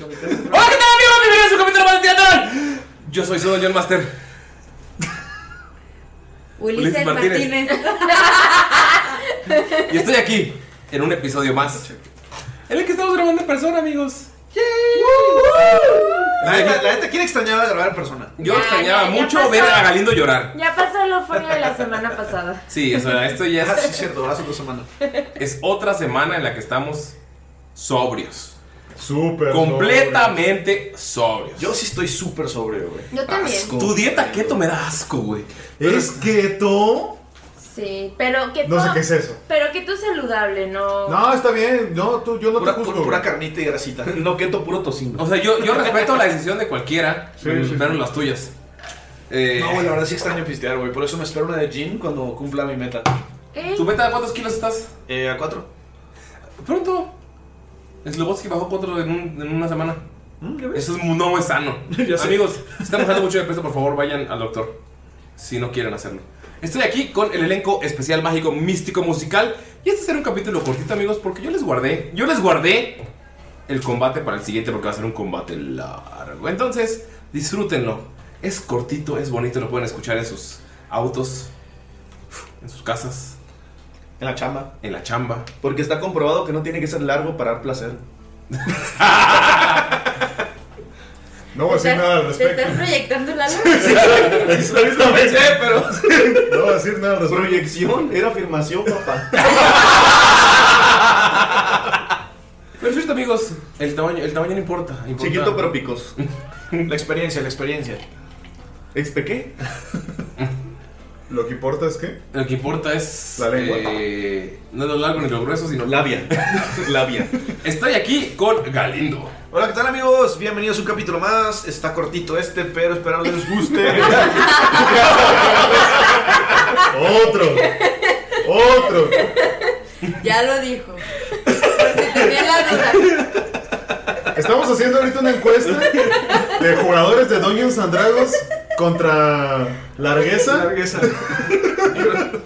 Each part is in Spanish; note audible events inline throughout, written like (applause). ¡Hola, qué tal, amigos! Bienvenidos a un capítulo más de Teatrón. Yo soy su John Master. Ulises Ulises Martínez. Martínez. Y estoy aquí en un episodio más. En el que estamos grabando en persona, amigos. La neta, la neta, ¿quién extrañaba grabar en persona? Yo Ya, extrañaba ya, ya mucho pasó. ver a Galindo llorar. Ya pasó lo funny de la semana pasada. Sí, o sea, esto ya Ah, sí, es, cierto, ahora es otra semana. es otra semana en la que estamos sobrios. Súper. Completamente sobrios. Yo sí estoy súper sobrio, güey. Yo también. Asco. Tu dieta keto me da asco, güey. sobre. Es keto. Sí, pero que No sé qué es eso. Pero que tú saludable, no. No, está bien. No, tú, yo no Pura, te juzgo. pura- pura güey. carnita y grasita. No keto, puro tocino. O sea, yo, yo respeto la decisión de cualquiera, Sí, pero sí, sí. las tuyas. Eh, No, güey, la verdad sí extraño pistear, güey. Por eso me espero una de gin cuando cumpla mi meta. ¿Eh? ¿Tu meta de cuántos kilos estás? Eh, a cuatro. Pronto. Slobotsky bajó 4 en, un- en una semana. Mm, ¿Ya ves? Eso es, mu- no es sano. (laughs) Ya sé. Amigos, si están bajando mucho de peso, por favor vayan al doctor. Si no quieren hacerlo. Estoy aquí con el elenco especial mágico místico musical. Y este será un capítulo cortito, amigos, porque yo les guardé. Yo les guardé el combate para el siguiente, porque va a ser un combate largo. Entonces, disfrútenlo. Es cortito, es bonito, lo pueden escuchar en sus autos, en sus casas, En la chamba. en la chamba. Porque está comprobado que no tiene que ser largo para dar placer. No voy a decir nada al respecto. proyectando la luz. Exactamente. Eh, pero. No voy a decir nada al respecto. Proyección era afirmación, papá. Perfecto, amigos. El tamaño, el tamaño no importa. importa- Chiquito pero picos. La experiencia, la experiencia. ¿Expe qué? Lo que importa es que. Lo que importa es. La lengua. eh, no lo largo ni lo grueso, sino la. Labia. Labia. (laughs) Estoy aquí con Galindo. Hola, ¿qué tal amigos? Bienvenidos a un capítulo más. Está cortito este, pero espero les (laughs) guste. Otro. Otro. Ya lo dijo. Por si tenía la duda. Estamos haciendo ahorita una encuesta de jugadores de Dungeons and Dragons contra largueza. Largueza.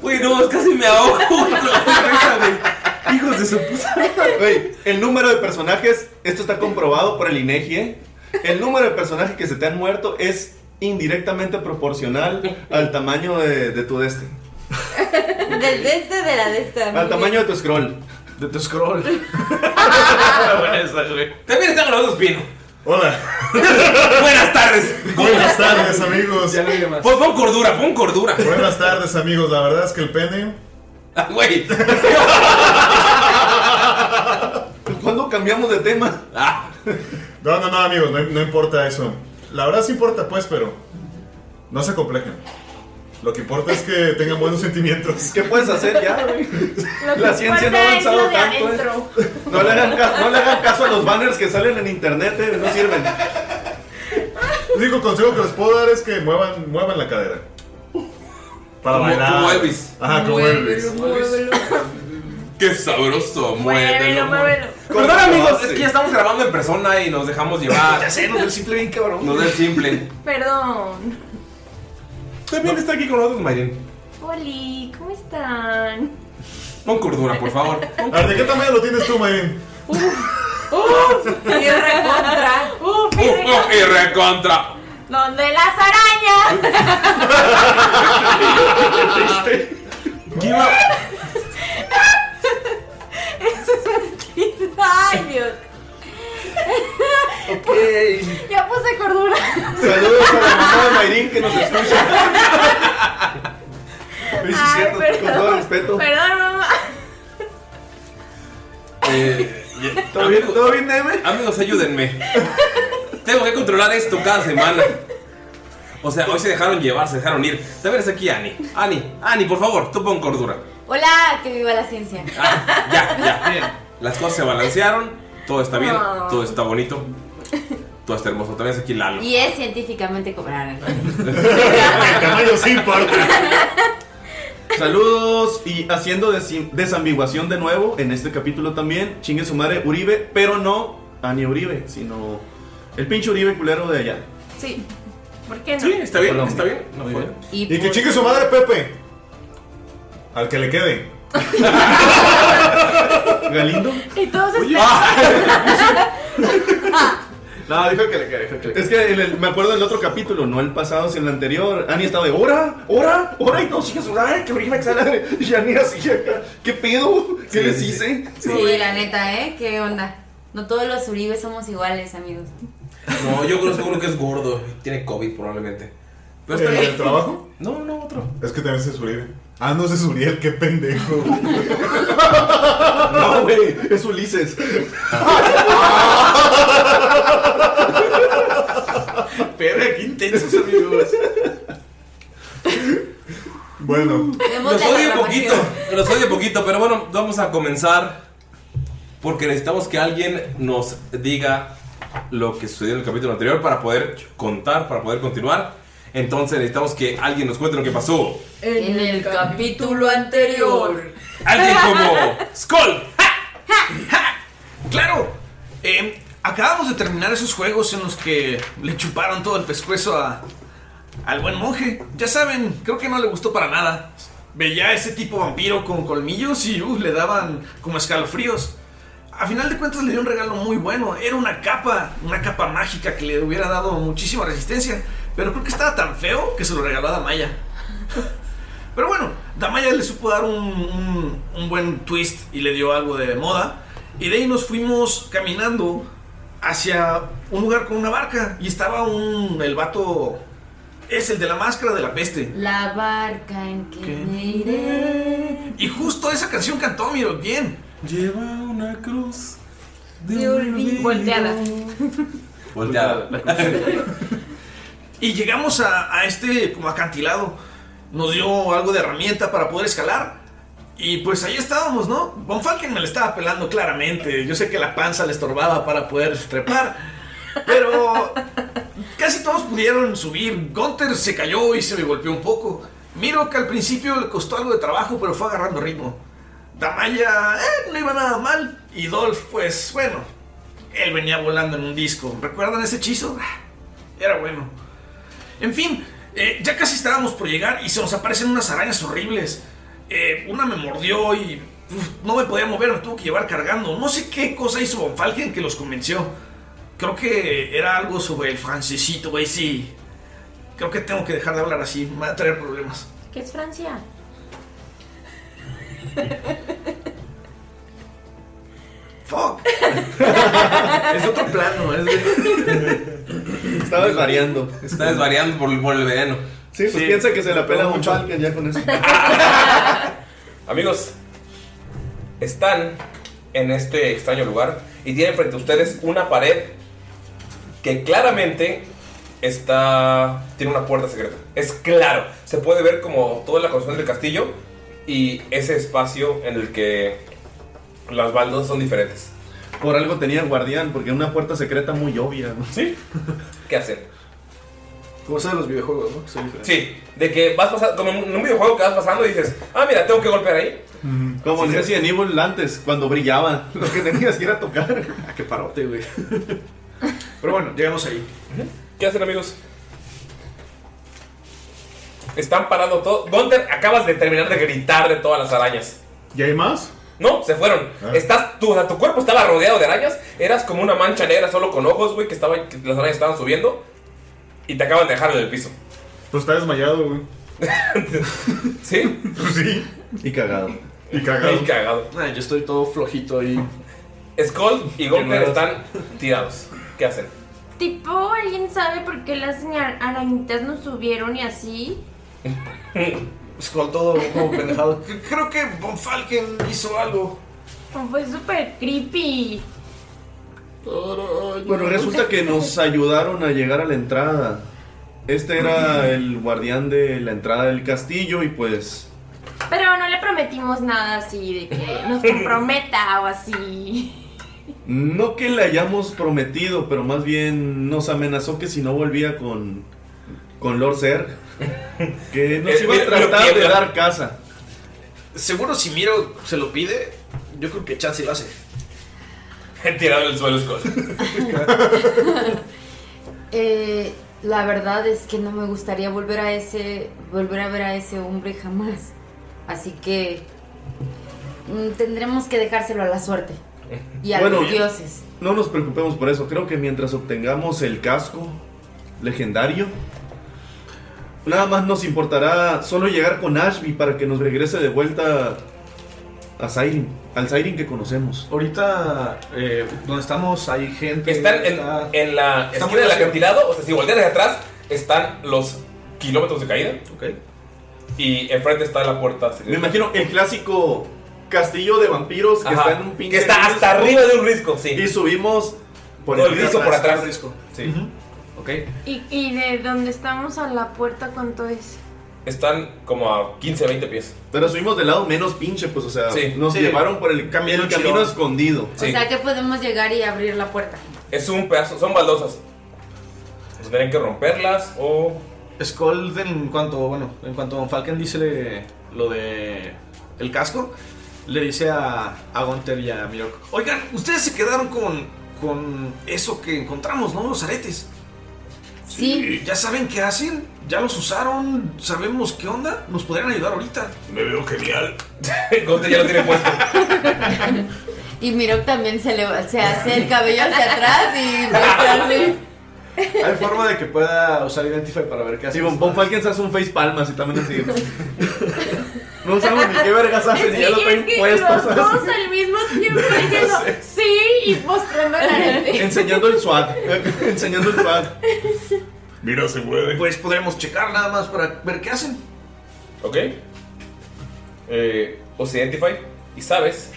Uy, no, casi me ahogo (laughs) con la cerveza, güey. (laughs) Hijos de su puta. Güey, el número de personajes, esto está comprobado por el INEGI, ¿eh? El número de personajes que se te han muerto es indirectamente proporcional al tamaño de, de tu deste. Del de este de la de esta. Al muy tamaño bien. de tu scroll. De tu scroll. También está con los dos Pino. (laughs) Hola. (laughs) Buenas tardes. Buenas tardes, amigos. Pon, pon cordura, pon (laughs) cordura. Buenas tardes, amigos. La verdad es que el pene. Ah, Güey. ¿Cuándo cambiamos de tema? Ah, No, no, no, amigos. No, no importa eso. La verdad sí importa, pues, pero. No se complejen. Lo que importa es que tengan buenos sentimientos. ¿Qué puedes hacer ya, güey? Lo que La ciencia no importa ha es lo avanzado de tanto. ¿eh? adentro. No le, hagan caso, no le hagan caso a los banners que salen en internet, ¿eh? no sirven. El único consejo que les puedo dar es que muevan, muevan la cadera. Para Como- bailar. como Elvis. Ajá, como Muévelo, Elvis. muévelo. Qué sabroso, muévelo, Muévelo, amor. muévelo. Perdón, ¿Cómo amigos, hace? es que ya estamos grabando en persona y nos dejamos llevar. (laughs) Ya sé, nos del simple bien cabrón. Nos da el simple. Perdón. También está aquí con nosotros, Mayrin. Oli, ¿cómo están? Pon cordura, por (laughs) favor. A ver, ¿de qué tamaño lo tienes tú, Mayrin? Y recontra. (laughs) Uf, ¡Uf, uf! Y recontra. ¿Dónde las arañas? Give up. Ay, Dios. Ya puse cordura. Saludos a la mamá de Mayrin que nos escucha. Sí, sí, Ay, cierto, con todo respeto. Perdón, mamá. Eh, ya- ¿Todo bien, todo bien, Neme? Amigos, ayúdenme. (laughs) Tengo que controlar esto cada semana. O sea, hoy se dejaron llevar, se dejaron ir. También está aquí Ani. Ani, Ani, por favor, tú pon cordura. Hola, que viva la ciencia. Ah, ya, ya. Las cosas se balancearon, todo está bien, No. todo está bonito, todo está hermoso. También está aquí Lalo. Y es científicamente cobrada. El tamaño sí importa. Saludos y haciendo desin- desambiguación de nuevo en este capítulo también. Chingue su madre Uribe, pero no Ani Uribe, sino el pinche Uribe culero de allá. Sí. ¿Por qué no? (laughs) Sí, está bien, Colombia. está bien. No Muy fue. bien. Y que chique su madre, Pepe. Al que le (laughs) quede. ¿Galindo? (laughs) Entonces, No, dijo que le quede, Ah. Es que en el- me acuerdo del otro capítulo, no el pasado, sino el anterior. Ani estaba de hora, hora, hora y no, chingue su madre, que Uribe que sale. Y Ani así, acá, ¿qué pedo? ¿Qué Sí, les sí, hice? Sí, la neta, ¿eh? ¿Qué onda? No todos los Uribes somos iguales, amigos. No, yo creo seguro que es gordo, tiene COVID probablemente. Pero está Eh, ¿En el bien. trabajo? No, no, otro. Es que también se es Uribe. Ah, no, ese es Uriel, qué pendejo. (laughs) No, güey, es Ulises. (laughs) Pero qué intensos amigos. Bueno, Vemos Los la odio poquito, programación. los odio poquito, pero bueno, vamos a comenzar porque necesitamos que alguien nos diga lo que sucedió en el capítulo anterior para poder contar, para poder continuar. Entonces necesitamos que alguien nos cuente lo que pasó. En el capítulo anterior. Alguien (laughs) como Skull. Claro, eh, acabamos de terminar esos juegos en los que le chuparon todo el pescuezo a, al buen monje. Ya saben, creo que no le gustó para nada. Veía a ese tipo vampiro con colmillos y uh, le daban como escalofríos. A final de cuentas le dio un regalo muy bueno. Era una capa, una capa mágica que le hubiera dado muchísima resistencia. Pero creo que estaba tan feo que se lo regaló a Damaya. Pero bueno, Damaya le supo dar un, un- un buen twist y le dio algo de moda. Y de ahí nos fuimos caminando hacia un lugar con una barca. Y estaba un. el vato. Es el de la máscara de la peste. La barca en que ¿Qué? me iré. Y justo esa canción cantó Miro bien. Lleva una cruz De olvido. Volteada. Volteada. Y llegamos a, a este como acantilado. Nos dio algo de herramienta para poder escalar. Y pues ahí estábamos, ¿no? Von Falken me la estaba pelando claramente. Yo sé que la panza le estorbaba para poder trepar. Pero casi todos pudieron subir. Gunther se cayó y se me golpeó un poco. Miro que al principio le costó algo de trabajo, pero fue agarrando ritmo. Damaya eh, no iba nada mal. Y Dolph, pues bueno, él venía volando en un disco. ¿Recuerdan ese hechizo? Ah, Era bueno. En fin, eh, ya casi estábamos por llegar y se nos aparecen unas arañas horribles. Eh, una me mordió y uf, no me podía mover, me tuvo que llevar cargando. No sé qué cosa hizo Von Falken que los convenció. Creo que era algo sobre el francesito, güey, sí. Creo que tengo que dejar de hablar así, me va a traer problemas. ¿Qué es Francia? Fuck. es otro plano, es de... Estaba desvariando. (laughs) Está desvariando por, por el veneno. Sí, pues piensa que se la pela mucho alguien ya con eso. Amigos, están en este extraño lugar y tienen frente a ustedes una pared que claramente está tiene una puerta secreta. Es claro, se puede ver como toda la construcción del castillo y ese espacio en el que las baldosas son diferentes. Por algo tenía guardián, porque era una puerta secreta muy obvia. ¿Sí? ¿Qué hacer? Cosa de los videojuegos, ¿no? Sí, de que vas pasando, como en un videojuego que vas pasando y dices, ah, mira, tengo que golpear ahí. Como en Resident Evil antes, cuando brillaba. (laughs) Lo que tenías que ir a tocar. (laughs) Ah, qué parote, güey. Pero bueno, llegamos ahí. ¿Qué hacen, amigos? Están parando todo. Gunther, acabas de terminar de gritar de todas las arañas. ¿Y hay más? No, se fueron. Ah. Estás, tu, o sea, tu cuerpo estaba rodeado de arañas. Eras como una mancha negra solo con ojos, güey, que, estaba, que las arañas estaban subiendo. Y te acaban de dejar en el piso. Pues está desmayado, güey. ¿Sí? Pues sí. Y cagado. Y cagado. Ay, cagado. Ah, yo estoy todo flojito ahí. Skull y Gunther están tirados. ¿Qué hacen? (laughs) Tipo, ¿alguien sabe por qué las ña- arañitas nos subieron y así? Skull pues, todo como pendejado. Creo que Von Falken hizo algo. Fue súper creepy. Bueno, resulta que nos ayudaron a llegar a la entrada. Este era el guardián de la entrada del castillo y pues... Pero no le prometimos nada así de que (laughs) nos comprometa o así. No que le hayamos prometido, pero más bien nos amenazó que si no volvía con, con Lord Ser, que nos Eh, iba a mira, pero tratar de tiembla. dar casa. Seguro si Miro se lo pide, yo creo que Chance lo hace. Tirado en el suelo, Skull. Eh, la verdad es que no me gustaría volver a ese, volver a ver a ese hombre jamás. Así que mm, tendremos que dejárselo a la suerte y a Bueno, los dioses. No nos preocupemos por eso, creo que mientras obtengamos el casco legendario, nada más nos importará solo llegar con Ashby para que nos regrese de vuelta a Siren, al Siren que conocemos. Ahorita, eh, donde estamos, hay gente. Están en, está- en la Está esquina del muy vacío. acantilado. O sea, si volteas hacia atrás, están los kilómetros de caída. Ok. Y enfrente está la puerta. Me imagino el clásico castillo de vampiros que Ajá, está en un pinche... que está hasta risco, arriba de un risco, sí. Y subimos Por el risco por atrás. Risco. Sí. Ok. ¿Y, y de donde estamos a la puerta cuánto es? Están como a 15, 20 pies. Pero subimos del lado menos pinche, pues, o sea, Sí. nos Sí. llevaron por el camino, Camino el camino chidón. escondido. Sí. O sea que podemos llegar y abrir la puerta. Es un pedazo, son baldosas. O sea, tienen que romperlas o. (laughs) Skull, en cuanto, bueno, en cuanto Von Falken dice le- lo de el casco, le dice a, a Gunther y a Mirok, oigan, ustedes se quedaron con, con eso que encontramos, ¿no? Los aretes. Sí, Ya saben qué hacen, ya los usaron, sabemos qué onda, nos podrían ayudar ahorita. Me veo genial. Gonte ya lo tiene puesto. y Mirok también se, le, se hace el cabello hacia atrás y muestra Hay forma de que pueda usar Identify para ver qué Sí, hacen. Von Von Falken se hace un face palm así también así. (laughs) no sabemos ni qué vergas hacen, Sí, ya lo es traen que puesto, los ¿sabes? dos al mismo tiempo diciendo sí y mostrando la gente. Enseñando el swag, (laughs) enseñando el swag. Mira, se puede. Pues podremos checar nada más para ver qué hacen. ok. Eh, os identify y sabes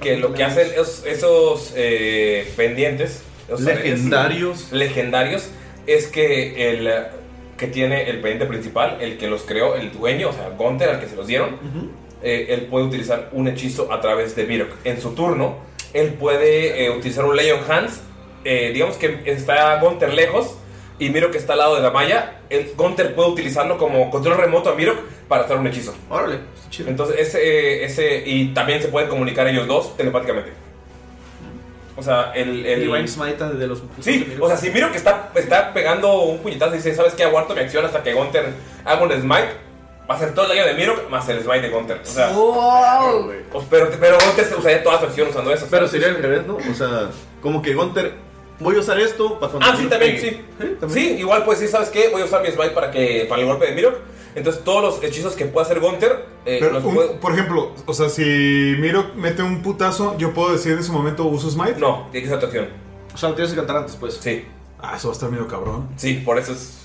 que lo que hacen esos, esos, eh, pendientes. esos Legendarios. aretes legendarios. Es que el eh, que tiene el pendiente principal, el que los creó, el dueño, o sea, Gonter, al que se los dieron. eh, él puede utilizar un hechizo a través de Mirok. En su turno, él puede eh, utilizar un Leon Hands. eh, digamos que está Gunter lejos y Mirok está al lado de la malla. El Gunter puede utilizarlo como control remoto a Mirok para hacer un hechizo. Órale, está chido. Entonces, ese, ese. Y también se pueden comunicar ellos dos telepáticamente. O sea, el. el- Divine Smite de los... Pues Sí, o sea, si Mirok está, está pegando un puñetazo y dice, ¿sabes qué? Aguardo mi acción hasta que Gunter haga un smite. Va a ser todo el daño de Mirok más el smite de Gunter. O sea, ¡Wow! o- Pero, pero Gontes usaría toda su acción usando eso. Pero ¿sabes? sería al revés, ¿no? O sea, como que Gunter, voy a usar esto para cuando Ah, sí, me también, pegue. sí. Sí, igual pues sí, ¿sabes qué? Voy a usar mi smite para que para el golpe de Mirok. Entonces todos los hechizos que pueda hacer Gunter eh, Pero los un- puede- por ejemplo, o sea, si Miro mete un putazo, yo puedo decir en su momento uso Smite. No, tiene que ser tu acción. O sea, lo tienes que cantar antes, pues. Sí, Ah, eso va a estar medio cabrón. sí, por eso es...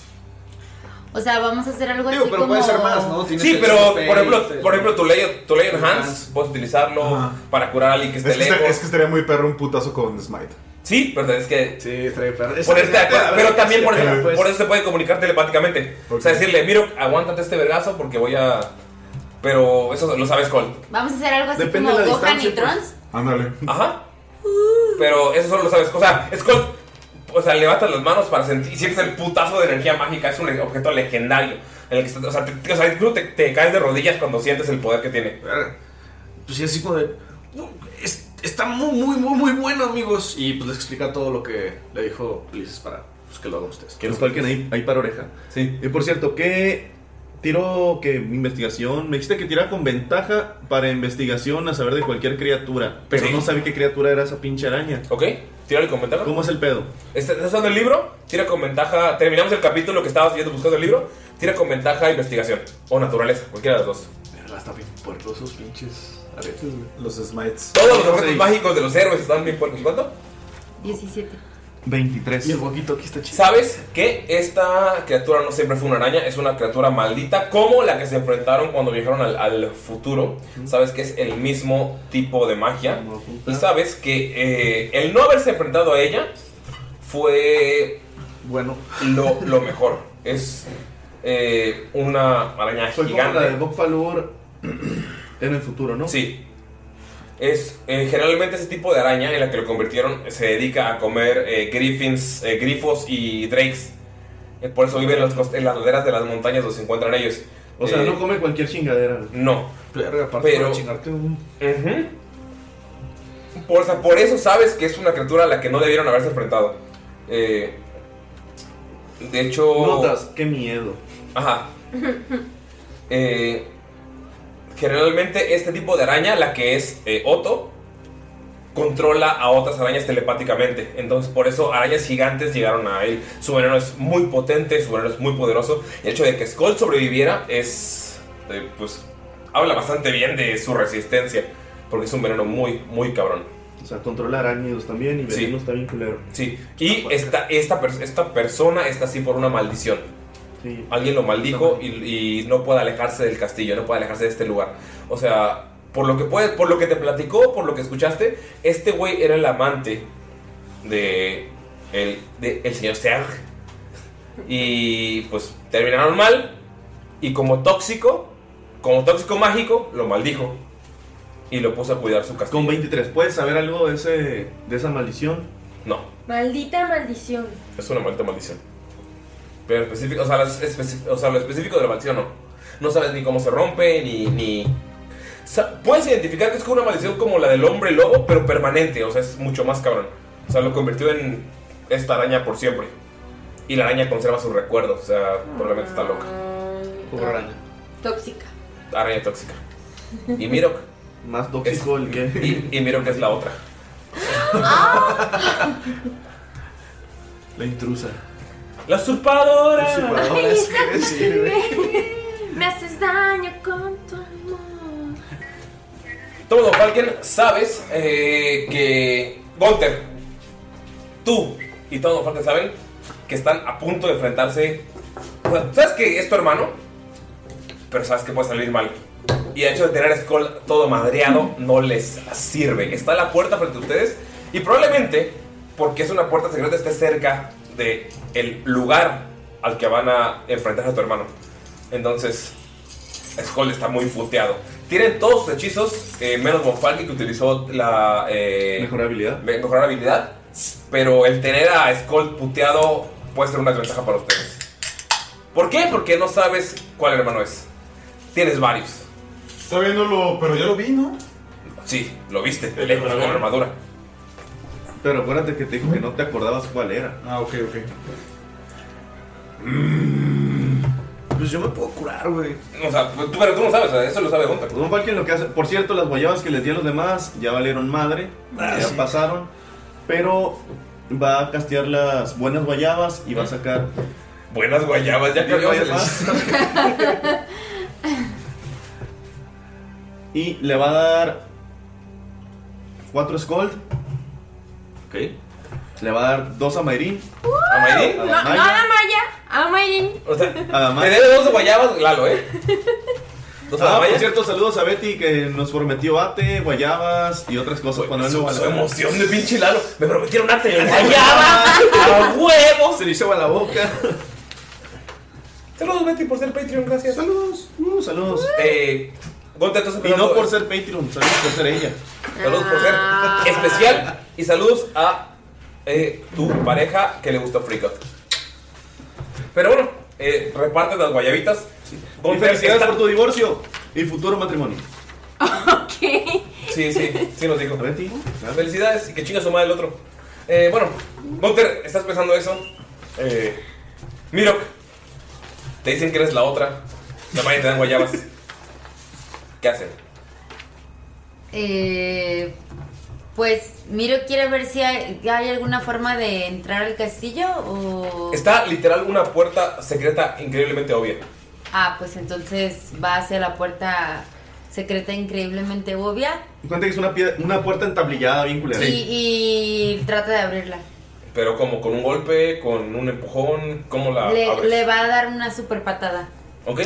O sea, vamos a hacer algo Digo, así pero Pues como... puede ser más, ¿no? Tienes Sí, el pero por face, ejemplo, el- por ejemplo tu Ley tu Ley Hands, Hands. puedes utilizarlo Ajá. para curar a alguien que esté Es que, Este lejos. estaría, es que estaría muy perro un putazo con Smite. Sí, pero es que... Sí, estaría perro. Esa ponerte de idea, acuerdo, a ver, pero también sí, por eso, pero, pues, por eso se puede comunicar telepáticamente. O sea, Ok. decirle, Mirok, aguántate este vergazo porque voy a... Pero eso lo sabes Cole. Vamos a hacer algo así Depende como de la Gohan y distancia, pues. Trunks. Ándale. Ajá. Pero eso solo lo sabes. O sea, Scott, o sea, levantas las manos para sentir. Y sientes el putazo de energía mágica. Es un le- objeto legendario. En el que estás- o sea, te, te- o sea, incluso te, te caes de rodillas cuando sientes el poder que tiene. verga. Pues y así como de. "Uh, es- está muy, muy, muy, muy bueno, amigos. Y pues les explica todo lo que le dijo Ulises para pues, que lo hagan ustedes. Que nos falquen ahí, ahí para oreja. Sí. Y por cierto, ¿qué tiro que investigación? Me dijiste que tiraba con ventaja para investigación a saber de cualquier criatura. Pero Sí. no sabía qué criatura era esa pinche araña. Ok, tírale con ventaja. ¿Cómo es el pedo? Está- Este, ¿Estás usando el libro? Tira con ventaja. Terminamos el capítulo que estabas siguiendo buscando el libro. Tira con ventaja investigación. O naturaleza, cualquiera de las dos. Verga, está bien puerco esos pinches aretes, güey. Los smites. Todos los objetos Sí. mágicos de los héroes están bien puercos. ¿Cuánto? 17. 23. Y el huequito aquí está chido. Sabes que esta criatura no siempre fue una araña, es una criatura maldita como la que se enfrentaron cuando viajaron al, al futuro. Sabes que es el mismo tipo de magia. Y sabes que eh, el no haberse enfrentado a ella fue Bueno, lo, lo mejor. Es eh, una araña Fue como la de gigante. Bob Falur (clears throat) en el futuro, ¿no? Sí. Es, eh, generalmente ese tipo de araña en la que lo convirtieron se dedica a comer eh, griffins, eh, grifos y drakes. Eh, por eso viven en las, cost- en las laderas de las montañas donde se encuentran ellos. O sea, Eh, no come cualquier chingadera. No. verga, aparte Pero- para chingarte un. Ujú. por, o sea, por eso sabes que es una criatura a la que no debieron haberse enfrentado. Eh, de hecho... Notas, qué miedo. Ajá. Eh, generalmente este tipo de araña, la que es eh, Otto, controla a otras arañas telepáticamente. Entonces por eso arañas gigantes llegaron a él. Su veneno es muy potente, su veneno es muy poderoso. El hecho de que Skull sobreviviera es... eh, pues habla bastante bien de su resistencia. Porque es un veneno muy, muy cabrón. O sea, controla arácnidos también y Sí. veneno está bien culero. Sí. Y esta, esta, per- esta persona está así por una maldición. Sí. alguien lo maldijo y, y no puede alejarse del castillo, no puede alejarse de este lugar. O sea, por lo que puede, por lo que te platicó, por lo que escuchaste, este güey era el amante de el, de el señor Serge. Y pues terminaron mal y como tóxico, como tóxico mágico, lo maldijo y lo puso a cuidar su castillo. Con 23, ¿puedes saber algo de, ese, de esa maldición? No, Maldita maldición. es una maldita maldición. Pero específico, o sea, las especi- o sea, lo específico de la maldición no. No sabes ni cómo se rompe, ni. ni... Sa- Puedes identificar que es como una maldición como la del hombre lobo, pero permanente. O sea, es mucho más cabrón. O sea, lo convirtió en esta araña por siempre. Y la araña conserva sus recuerdos. O sea, probablemente está loca. Ah, Pobre araña. Tóxica. Araña tóxica. Y Mirok. Más es- tóxico el que. y, y Mirok es la otra. (laughs) La intrusa. La usurpadora. Usurpadora, es que decir, güey. Me haces daño con tu amor. Toma, Don Falken, sabes eh, que Gunter, tú y todos Don Falken saben que están a punto de enfrentarse. O sea, sabes que es tu hermano, pero sabes que puede salir mal. Y el hecho de tener a Skull todo madreado no les sirve. Está la puerta frente a ustedes y probablemente, porque es una puerta secreta, esté cerca del lugar al que van a enfrentarse a tu hermano. Entonces, Skull está muy futeado. Tienen todos sus hechizos, eh, menos Bonfalque que utilizó la eh, Mejor habilidad. me- mejorar habilidad. Pero el tener a Skull puteado puede ser una desventaja para ustedes. ¿Por qué? Porque no sabes cuál hermano es. Tienes varios. Está viéndolo, pero ya lo vi, ¿no? Sí, lo viste, de lejos con la armadura. Pero acuérdate que te dijo que no te acordabas cuál era. Ah, ok, ok. Pues yo me puedo curar, güey. O sea, tú, pero tú no sabes, o sea, eso lo sabe Gunter. Don Falken lo que hace. Por cierto, las guayabas que les di a los demás ya valieron madre. Ah, ya sí. pasaron. Pero va a castear las buenas guayabas y va a sacar. Buenas guayabas, ya cambiamos el hechizo. y le va a dar. 4 Scold. Ok. Le va a dar 2 a Mayrin. ¿A Mayrin? No, no la a Maya. la Maya, a Mayrin. O sea, A la te Maya. debe dos guayabas, Lalo, ¿eh? Dos Ah, por guayabas. cierto, saludos a Betty que nos prometió ate, guayabas y otras cosas cuando él su, no su vale. emoción de pinche Lalo. Me prometieron arte de (laughs) guayaba. ¡A huevos! Se le hizo agua a la boca. Saludos, Betty, por ser Patreon, gracias. (laughs) Saludos, uh, saludos. Eh, Gunter, tú estás Y no empezando- por ser Patreon, saludos por ser ella. Saludos por ser especial y saludos a eh, tu pareja que le gusta Freak Out. Pero bueno, eh, reparte las guayabitas. Y Gunter felicidades está- por tu divorcio y futuro matrimonio. Ok. Ok. Sí, sí, sí nos dijo. Felicidades y que chinga su madre el otro. Eh, bueno, Monter, estás pensando eso. Eh, Mirok, te dicen que eres la otra. La madre te dan guayabas. ¿Qué hacen? Eh, pues Miro quiere ver si hay, hay alguna forma de entrar al castillo o... Está literal una puerta secreta increíblemente obvia. Ah, pues entonces va hacia la puerta secreta increíblemente obvia Cuenta que es una, pie- una puerta entablillada bien culera. y, y trata de abrirla. Pero como con un golpe, con un empujón, ¿cómo Ah, la le, abres? le va a dar una super patada. ¿Ok?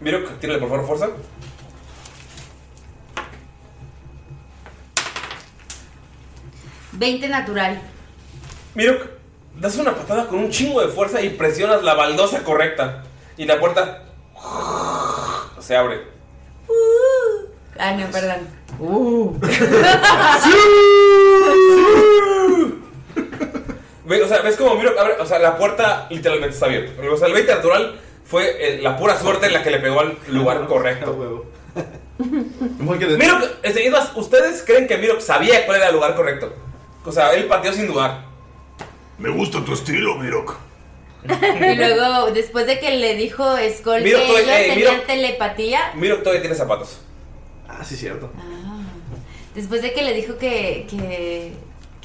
Mirok, tírale por favor fuerza. Veinte natural. Mirok, das una patada con un chingo de fuerza y presionas la baldosa correcta. Y la puerta se abre. Ah, no, perdón. Ve- O sea, ves como Mirok abre, o sea, la puerta literalmente está abierta. O sea, el 20 natural fue eh, la pura suerte en la que le pegó al lugar (laughs) correcto. Mirok, este, es más, ustedes creen que Mirok sabía cuál era el lugar correcto. O sea, él pateó sin dudar. Me gusta tu estilo, Mirok. (laughs) Y luego, después de que le dijo Skull Miro, que tú- ellos eh, tenían Miro. telepatía, Mirok todavía tiene zapatos. Ah, sí, cierto. después de que le dijo que, que,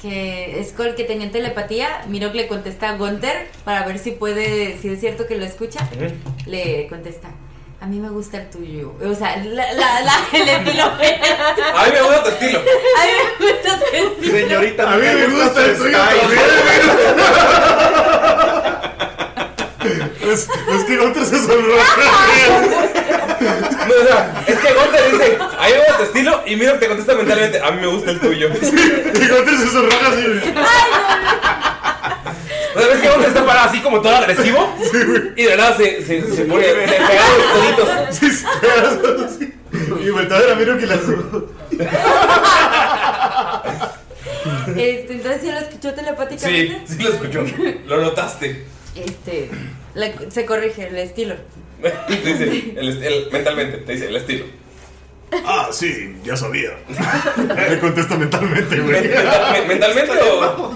que Skull que tenían telepatía, Miro le contesta a Gunther para ver si puede, si es cierto que lo escucha, le contesta. A mí me gusta el tuyo. O sea, la, la, la, (laughs) el estilo. A mí me gusta tu estilo. A mí me gusta tu estilo. Señorita, A mí me gusta el suyo (laughs) también. Es, es que Gunter se sonrojó. No, o sea, es que Gonte dice, a mí me gusta tu estilo y Mirok te contesta mentalmente, a mí me gusta el tuyo. (laughs) Y Gunter se sonroja así. O sea, ves que Gonte está parado así como todo agresivo y de verdad se, se, se pone, se pega los coditos. Sí, sí, así. Y voltea a ver a Miro que la Este, entonces sí lo escuchó telepáticamente. Sí, sí lo escuchó. Lo notaste. (laughs) Este, la- se corrige el estilo. Te dice, el, est- el- mentalmente, te dice el estilo. Ah, sí, ya (laughs) sabía. Le contesta mentalmente, güey. Mental- men- mentalmente (laughs) o.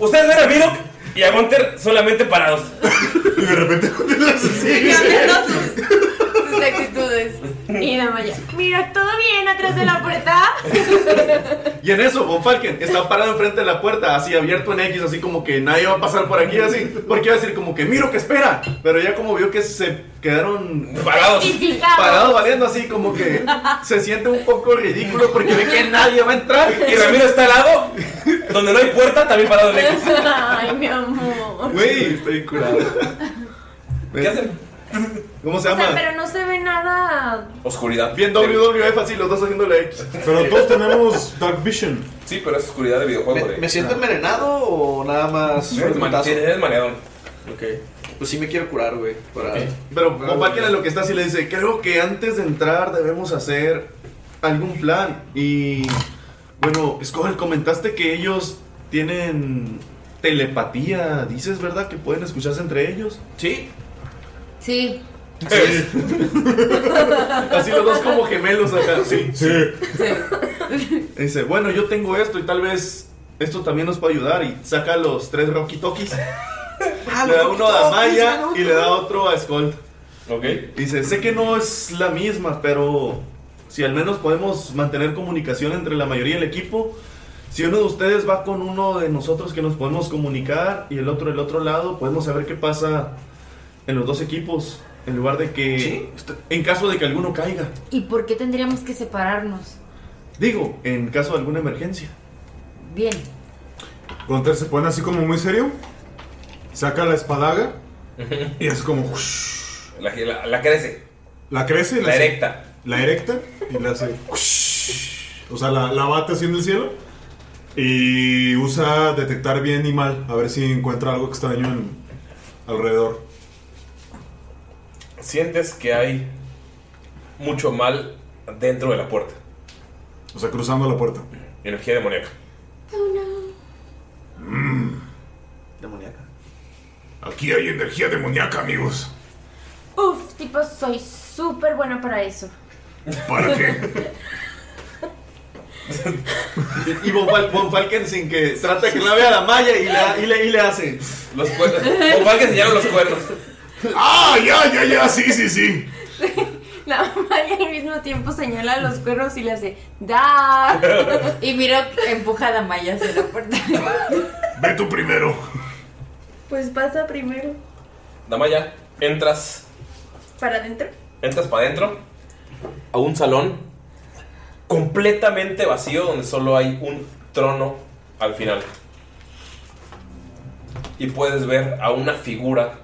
Ustedes ven a Mirok y a Gunter solamente parados. Y de repente Gunter la así. Cambiando sus, sus actitudes. Y la Maya. Mira, todo bien atrás de la puerta. Y en eso, Von Falken está parado enfrente de la puerta, así abierto en X, así como que nadie va a pasar por aquí, así. Porque iba a decir como que, miro que espera. Pero ya como vio que se quedaron Parados. Y parados valiendo así, como que se siente un poco ridículo porque ve que nadie va (laughs) a entrar. Y Ramiro está al lado, donde no hay puerta, también parado lejos. Ay, mi amor. Güey, estoy curado. ¿Qué hacen? ¿Cómo se O sea, llama? pero no se ve nada. Oscuridad. Bien WWF así, los dos haciendo la X. Pero todos tenemos Dark Vision. Sí, pero es oscuridad de videojuego. ¿Me, de- me siento envenenado o nada más Sí, eres man- fragmentazo? sí, eres maneadón. Ok. Pues sí me quiero curar, güey. Para... Pero Von Falken en lo que está así le dice, creo que antes de entrar debemos hacer algún plan. Y bueno, Skull, comentaste que ellos tienen telepatía. Dices, ¿verdad? Que pueden escucharse entre ellos. Sí, Sí, Así los dos como gemelos acá. Sí. Sí. Dice, bueno, yo tengo esto y tal vez esto también nos puede ayudar. Y saca los tres Rocky Tokis. Ah, le da uno a pues, Maya y le da otro a Skull. Ok. Dice, sé que no es la misma, pero si al menos podemos mantener comunicación entre la mayoría del equipo, si uno de ustedes va con uno de nosotros que nos podemos comunicar y el otro del otro lado, podemos saber qué pasa en los dos equipos, en lugar de que... En caso de que alguno caiga. ¿y por qué tendríamos que separarnos? Digo, en caso de alguna emergencia. Bien, Gunter se pone así como muy serio. Saca la espadaga. Y es como. "Ush". La, la, la crece. La crece y La hace- erecta. La erecta y la hace. "Ush". O sea, la, la bate así en el cielo. Y usa detectar bien y mal. A ver si encuentra algo extraño en, alrededor. Sientes que hay mucho mal dentro de la puerta. O sea, cruzando la puerta. Energía demoníaca. Demoníaca. Aquí hay energía demoníaca, amigos. Uf, tipo, soy súper buena para eso. ¿Para qué? Y Von, Fal- Von Falken sin que trata que la vea la malla y, la- y le, y le hace. Los cuernos. Von Falken enseñaron los cuernos. ¡Ah, ya, ya, ya! Sí, sí, sí. La mamá y al mismo tiempo señala los cuernos y le hace ¡Da! Y miro empuja a la malla hacia la puerta. Ve tú primero. Pues pasa primero Damaya, entras, para adentro. entras para adentro a un salón completamente vacío donde solo hay un trono al final. Y puedes ver a una figura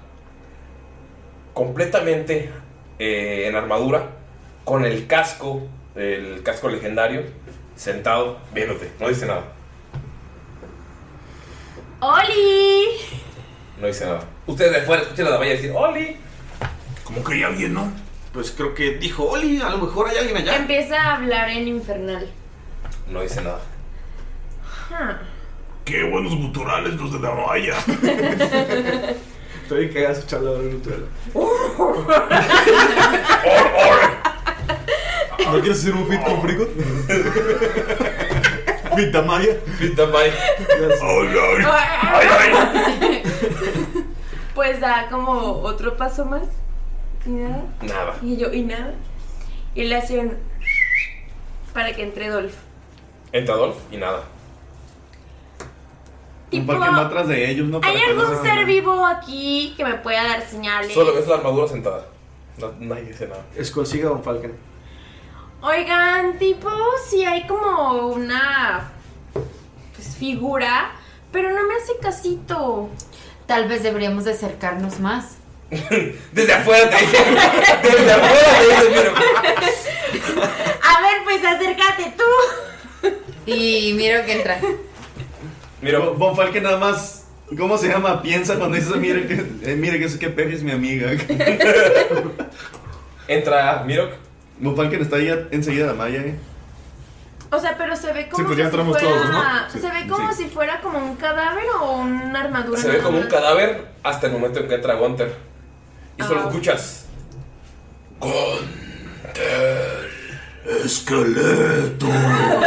completamente eh, en armadura con el casco, el casco legendario, sentado viéndote. No dice nada, ¡Oli! no dice nada. Ustedes de afuera escuchan a Damaya decir, ¡Oli! Como que hay alguien, ¿no? Pues creo que dijo Oli, a lo mejor hay alguien allá. Empieza a hablar en infernal. No dice nada. Qué buenos guturales los de la (laughs) malla. Estoy que hagas charla de neutral. ¿No quieres hacer un fit con Frigot? Pita Maya. Pita Maya. (laughs) Pues da como otro paso más. Y nada. Nada. Y yo, y nada. Y le hace un para que entre Dolph. Entra Dolph y nada. Von Falken va atrás de ellos, ¿no? ¿Hay Para que no algún se- ser vivo aquí que me pueda dar señales? Solo ves la armadura sentada. No, nadie dice nada. Es consiga Don Falken. Oigan, tipo, si hay como una pues, figura, pero no me hace casito. Tal vez deberíamos de acercarnos más. Desde afuera te dicen. Desde afuera te dicen, pero. A ver, pues acércate tú. Y miro que entra. Mira, Von- Von Falken nada más. ¿Cómo se llama? Piensa cuando dices, mire que, eh, mire que, es- que Perry es mi amiga. (laughs) Entra Mirok. Von Falken está ahí a- enseguida la malla, ¿eh? O sea, pero se ve como pues que ya si entramos fuera, todos, ¿no? Sí, se ve como si fuera como un cadáver o una armadura. se ve nada como un más. cadáver hasta el momento en que entra Gunther. Y solo escuchas. Esqueleto. Mm,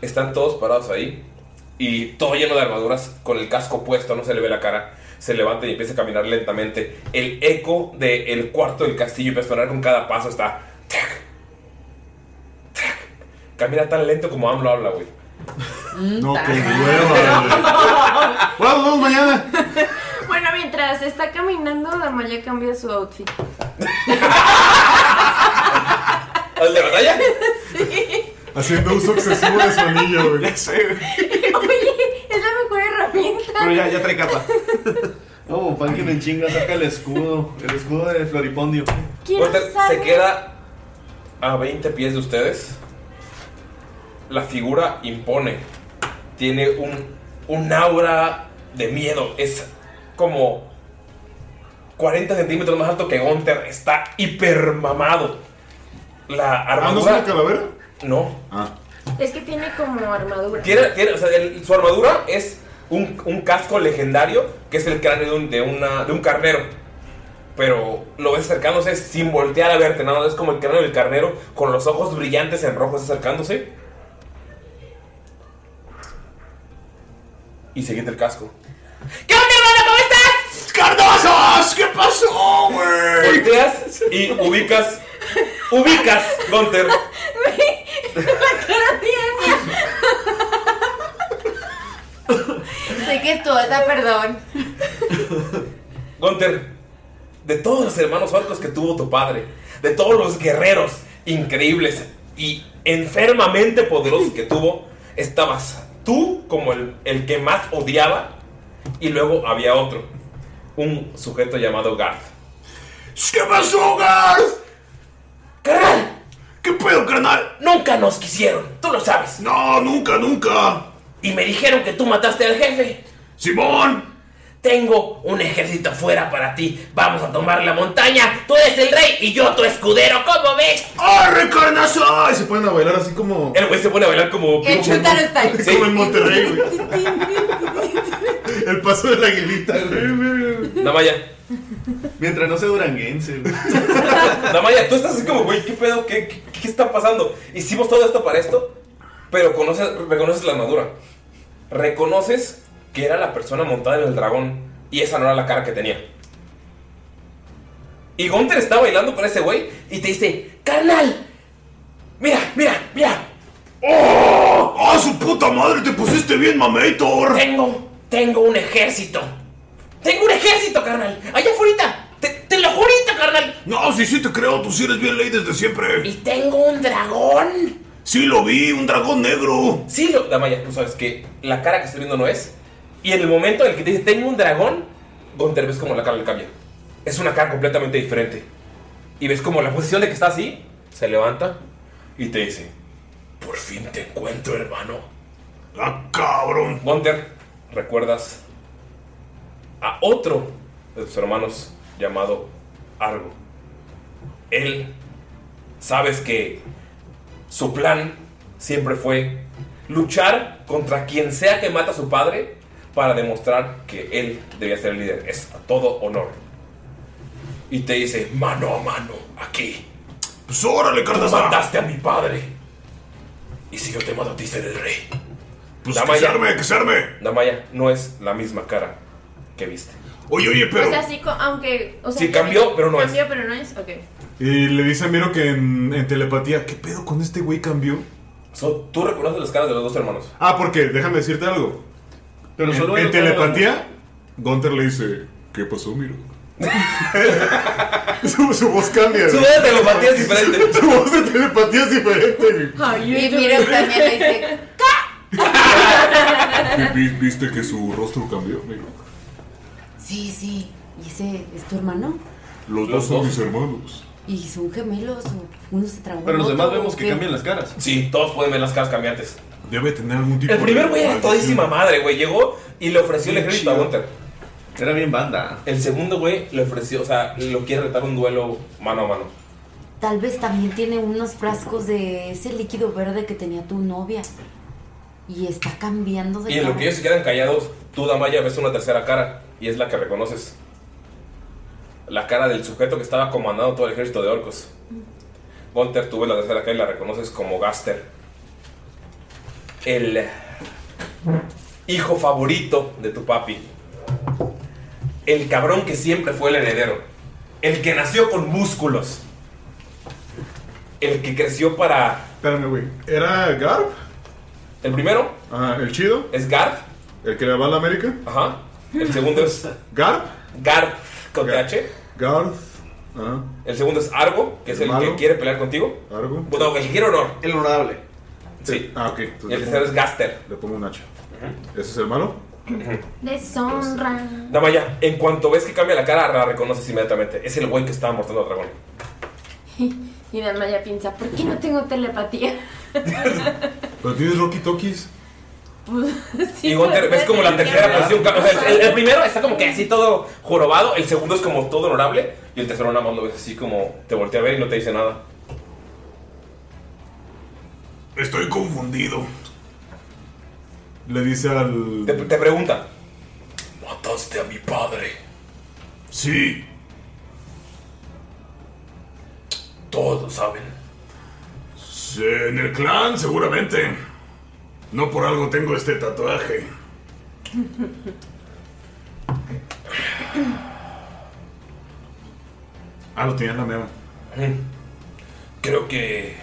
Están todos parados ahí. Y todo lleno de armaduras, con el casco puesto, no se le ve la cara. Se levanta y empieza a caminar lentamente. El eco del cuarto del castillo empieza a sonar con cada paso. Está. tac, tac. Camina tan lento como AMLO habla, güey. No, qué hueva, güey. Bueno, nos vemos mañana. Bueno, mientras está caminando, la Maya cambia su outfit. (laughs) ¿El de batalla? (laughs) Haciendo uso excesivo de su anillo, güey. Oye, es la mejor herramienta. Pero ya, ya trae capa. (laughs) No, Von Falken en chinga saca el escudo. El escudo de Floripondio. Quiero Walter se saber- queda a 20 pies de ustedes. La figura impone. Tiene un, un aura de miedo. Es como 40 centímetros más alto que Gunther. Está hipermamado. La Ah, ¿no es una armadura. calavera? no. Es que tiene como armadura. Tiene, tiene- o sea, el- su armadura es un, un casco legendario que es el cráneo de un, de una- de un carnero. Pero lo ves acercándose sin voltear a verte, nada más es como el cráneo del carnero con los ojos brillantes en rojo está acercándose. Y se quita el casco. ¿Qué onda, hermano? ¿Cómo estás? ¡Cardazas! ¿Qué pasó, güey? Volteas y ubicas. Ubicas, Gunter. La cara de Anya. Sé que es tu otra, perdón. Gunter, de todos los hermanos orcos que tuvo tu padre, de todos los guerreros increíbles y enfermamente poderosos que tuvo, estabas tú como el, el que más odiaba y luego había otro, un sujeto llamado Garth. ¿Qué pasó, Garth? ¡Carnal! ¿Qué pedo, carnal? Nunca nos quisieron, tú lo sabes. No, Ah, nunca, nunca. Y me dijeron que tú mataste al jefe. Simón. Tengo un ejército afuera para ti. Vamos a tomar la montaña. Tú eres el rey y yo tu escudero. ¿Cómo ves? ¡Oh, ¡Arre, carnaza! Ay, se ponen a bailar así como. El güey se pone a bailar como... El chuntaro está ahí. Sí. Como en Monterrey, güey. El paso de la aguilita, güey. Damaya, Mientras no sea duranguense, güey. Damaya, tú estás así como, güey, ¿qué pedo? ¿Qué, qué, qué está pasando? Hicimos todo esto para esto, pero conoces, reconoces la armadura. Reconoces que era la persona montada en el dragón y esa no era la cara que tenía. Y Gunther está bailando con ese güey y te dice, ¡Carnal! ¡Mira, mira, mira! ¡Oh! ¡Ah, su puta madre! ¡Te pusiste bien, mameitor! Tengo, tengo un ejército. ¡Tengo un ejército, carnal! ¡Allá afuera! ¡Te, te lo jurito, carnal! No, sí, sí te creo, tú sí eres bien ley desde Y siempre. tengo un dragón. Sí lo vi, un dragón negro. Sí, lo, Damaya, tú sabes que la cara que estoy viendo no es. Y en el momento en el que te dice, tengo un dragón, Gunter ves como la cara le cambia. Es una cara completamente diferente. Y ves como la posición de que está así, se levanta y te dice, por fin te encuentro, hermano. ¡Ah, cabrón! Gunter, recuerdas a otro de tus hermanos llamado Argo. Él, sabes que su plan siempre fue luchar contra quien sea que mata a su padre para demostrar que él debía ser el líder. Es a todo honor. Y te dice, mano a mano, aquí. Pues órale, Tú Cardazar. mataste a mi padre. Y si yo te mato a ti, seré el rey. Pues que se arme, que se arme. Damaya no es la misma cara que viste. Oye, oye, o sea, sí, co- aunque. O sea, Sí, que- cambió, pero no es. Cambió, pero no es. Ok. Y le dice a Miro que en, en telepatía, ¿qué pedo con este güey cambió? So, Tú reconoces las caras de los dos hermanos. Ah, porque déjame decirte algo. Pero en, solo hay en un telepatía, Gunter le dice, ¿qué pasó, Miro? (laughs) su, su voz cambia. Su güey. voz de telepatía es diferente. (laughs) su voz de telepatía es diferente, güey. Y Miro también le dice, Vi- vi- ¿Viste que su rostro cambió, Miro? sí, sí, ¿y ese es tu hermano? Los, dos son mis hermanos. ¿Y son gemelos o uno se trabó? Pero los en demás otro, vemos o que qué? cambian las caras. Sí, todos pueden ver las caras cambiantes. Debe tener algún tipo El primer de- güey era todísima madre, güey. Llegó y le ofreció el ejército a Gunter. Era bien banda. El segundo güey le ofreció, o sea, lo quiere retar un duelo mano a mano. Tal vez también tiene unos frascos de ese líquido verde que tenía tu novia. Y está cambiando de Y en lo cara. que ellos se quedan callados, tú, Damaya, ves una tercera cara y es la que reconoces. La cara del sujeto que estaba comandando todo el ejército de orcos. Gunter, tú ves la tercera cara y la reconoces como Gaster. El hijo favorito de tu papi. El cabrón que siempre fue el heredero. El que nació con músculos. El que creció para... Espérame, güey. ¿Era Garp? El primero Ajá, el chido. es Garp. El que le va a la América. Ajá. El segundo es Garp. Garp con TH. Garth. Ajá. El segundo es Argo, que es El el, malo. que quiere pelear contigo. Argo. Bueno, el que quiere honor. El honorable. Sí. Ah, ok. Y el Entonces le tercero pongo- es Gaster. le pongo un hacha. ¿Ese es el malo? Deshonra. (laughs) Damaya, en cuanto ves que cambia la cara, la reconoces inmediatamente. Es el güey que estaba mortando al dragón. Y Damaya piensa, ¿por qué no tengo telepatía? Pero tienes Rocky Tokis. Pues, sí, y Gunter, pues, ves como la tenía tercera razón. posición. cambia. O sea, el, el primero está como que así todo jorobado. El segundo es como todo honorable. Y el tercero nada más lo ves así como te voltea a ver y no te dice nada. Estoy confundido. Le dice al. Te, te pregunta: ¿Mataste a mi padre? Sí, Todos lo saben. sí, en el clan seguramente. No por algo tengo este tatuaje. Ah, lo tenía en la mera. Creo que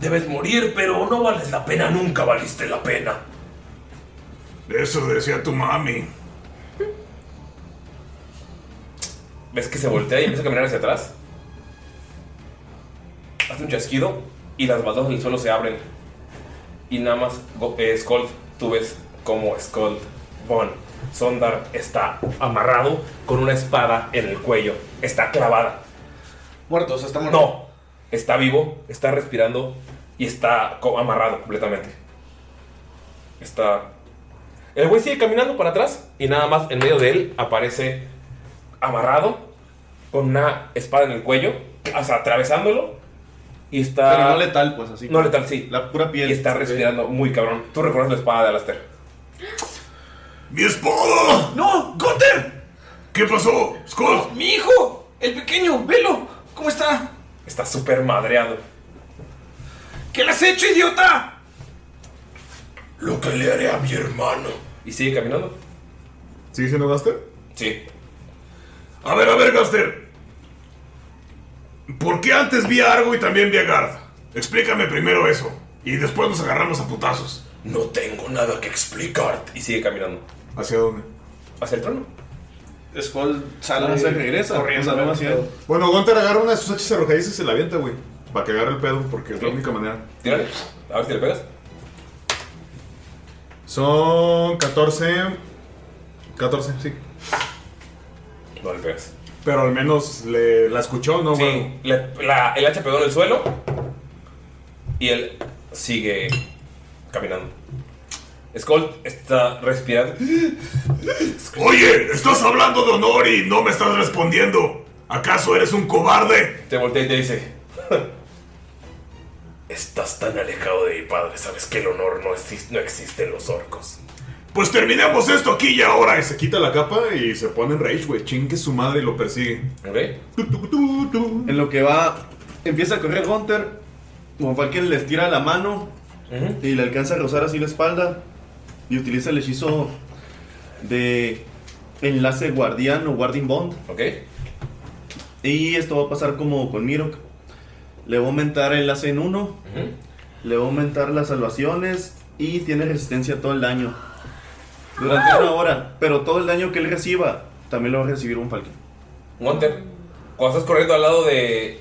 debes morir, pero no vales la pena, nunca valiste la pena. Eso decía tu mami. ¿Ves que se voltea y empieza a caminar hacia atrás? Hace un chasquido y las baldosas del suelo se abren. Y nada más, go- eh, Skold, tú ves como Skold Von Sondar está amarrado con una espada en el cuello. Está clavada. Muerto, o sea, está muerto. No, está vivo, está respirando y está co- amarrado completamente. Está. El güey sigue caminando para atrás y nada más en medio de él aparece amarrado con una espada en el cuello, o sea, atravesándolo y está. Pero no letal, pues así. No letal, sí. La pura piel. Y está respirando muy cabrón. Tú recuerdas la espada de Alastair. ¡Mi espada! ¡No! ¡Gunter! ¿Qué pasó, Skull? ¡Mi hijo! ¡El pequeño! ¡Velo! ¿Cómo está? Está súper madreado. ¿Qué le has hecho, idiota? Lo que le haré a mi hermano. ¿Y sigue caminando? ¿Sigue siendo Gaster? Sí. A ver, a ver, Gaster. ¿Por qué antes vi a Argo y también vi a Garth? Explícame primero eso. Y después nos agarramos a putazos. No tengo nada que explicar. Y sigue caminando. ¿Hacia dónde? Hacia el trono. Skull Ah, sale No se regresa, corriendo. no ¿no? hacia él. Bueno, Gunter agarra una de sus hachas arrojadizas y se la avienta, güey. Para que agarre el pedo, porque es la única manera. Tírale. A ver si le pegas. Son 14. 14, sí. No le pegas. Pero al menos le, la escuchó, ¿no, güey? Sí, la- la- el hacha pegó en el suelo. Y él sigue caminando. Skull está respirando. Oye, estás hablando de honor y no me estás respondiendo. ¿Acaso eres un cobarde? Te voltea y te dice: (laughs) Estás tan alejado de mi padre, sabes que el honor no, existe, no existe en los orcos. Pues terminemos esto aquí y ahora. Y se quita la capa y se pone en rage, güey. Chingue su madre y lo persigue. En lo que va, empieza a correr Gunter. Von Falken le estira la mano y le alcanza a rozar así la espalda. Y utiliza el hechizo de enlace guardián o guarding bond. Ok. Y esto va a pasar como con Mirok. Le va a aumentar el enlace en 1. Le va a aumentar las salvaciones. Y tiene resistencia a todo el daño. Durante una hora. Pero todo el daño que él reciba también lo va a recibir Von Falken. Gunter, cuando estás corriendo al lado de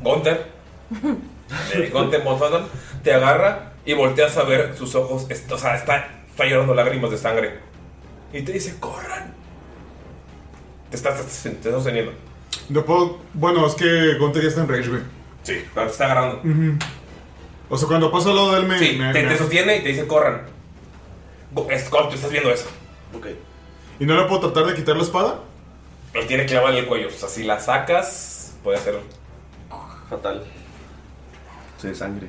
Gunter, de Gunter Mothman, te agarra y volteas a ver sus ojos. est- O sea, está, está llorando lágrimas de sangre. Y te dice: Corran. Te estás, te estás- te estás sosteniendo. No puedo. Bueno, es que Gunter ya está en rage, güey. Sí, pero te está agarrando. Ujú. O sea, cuando paso al lado de él me. Sí, me- te, me- te sostiene y te dice: Corran. Go- Scott, tú estás viendo eso. Ok. ¿Y no le puedo tratar de quitar la espada? Lo tiene clavada en el cuello. O sea, si la sacas, puede ser fatal. Se sangre.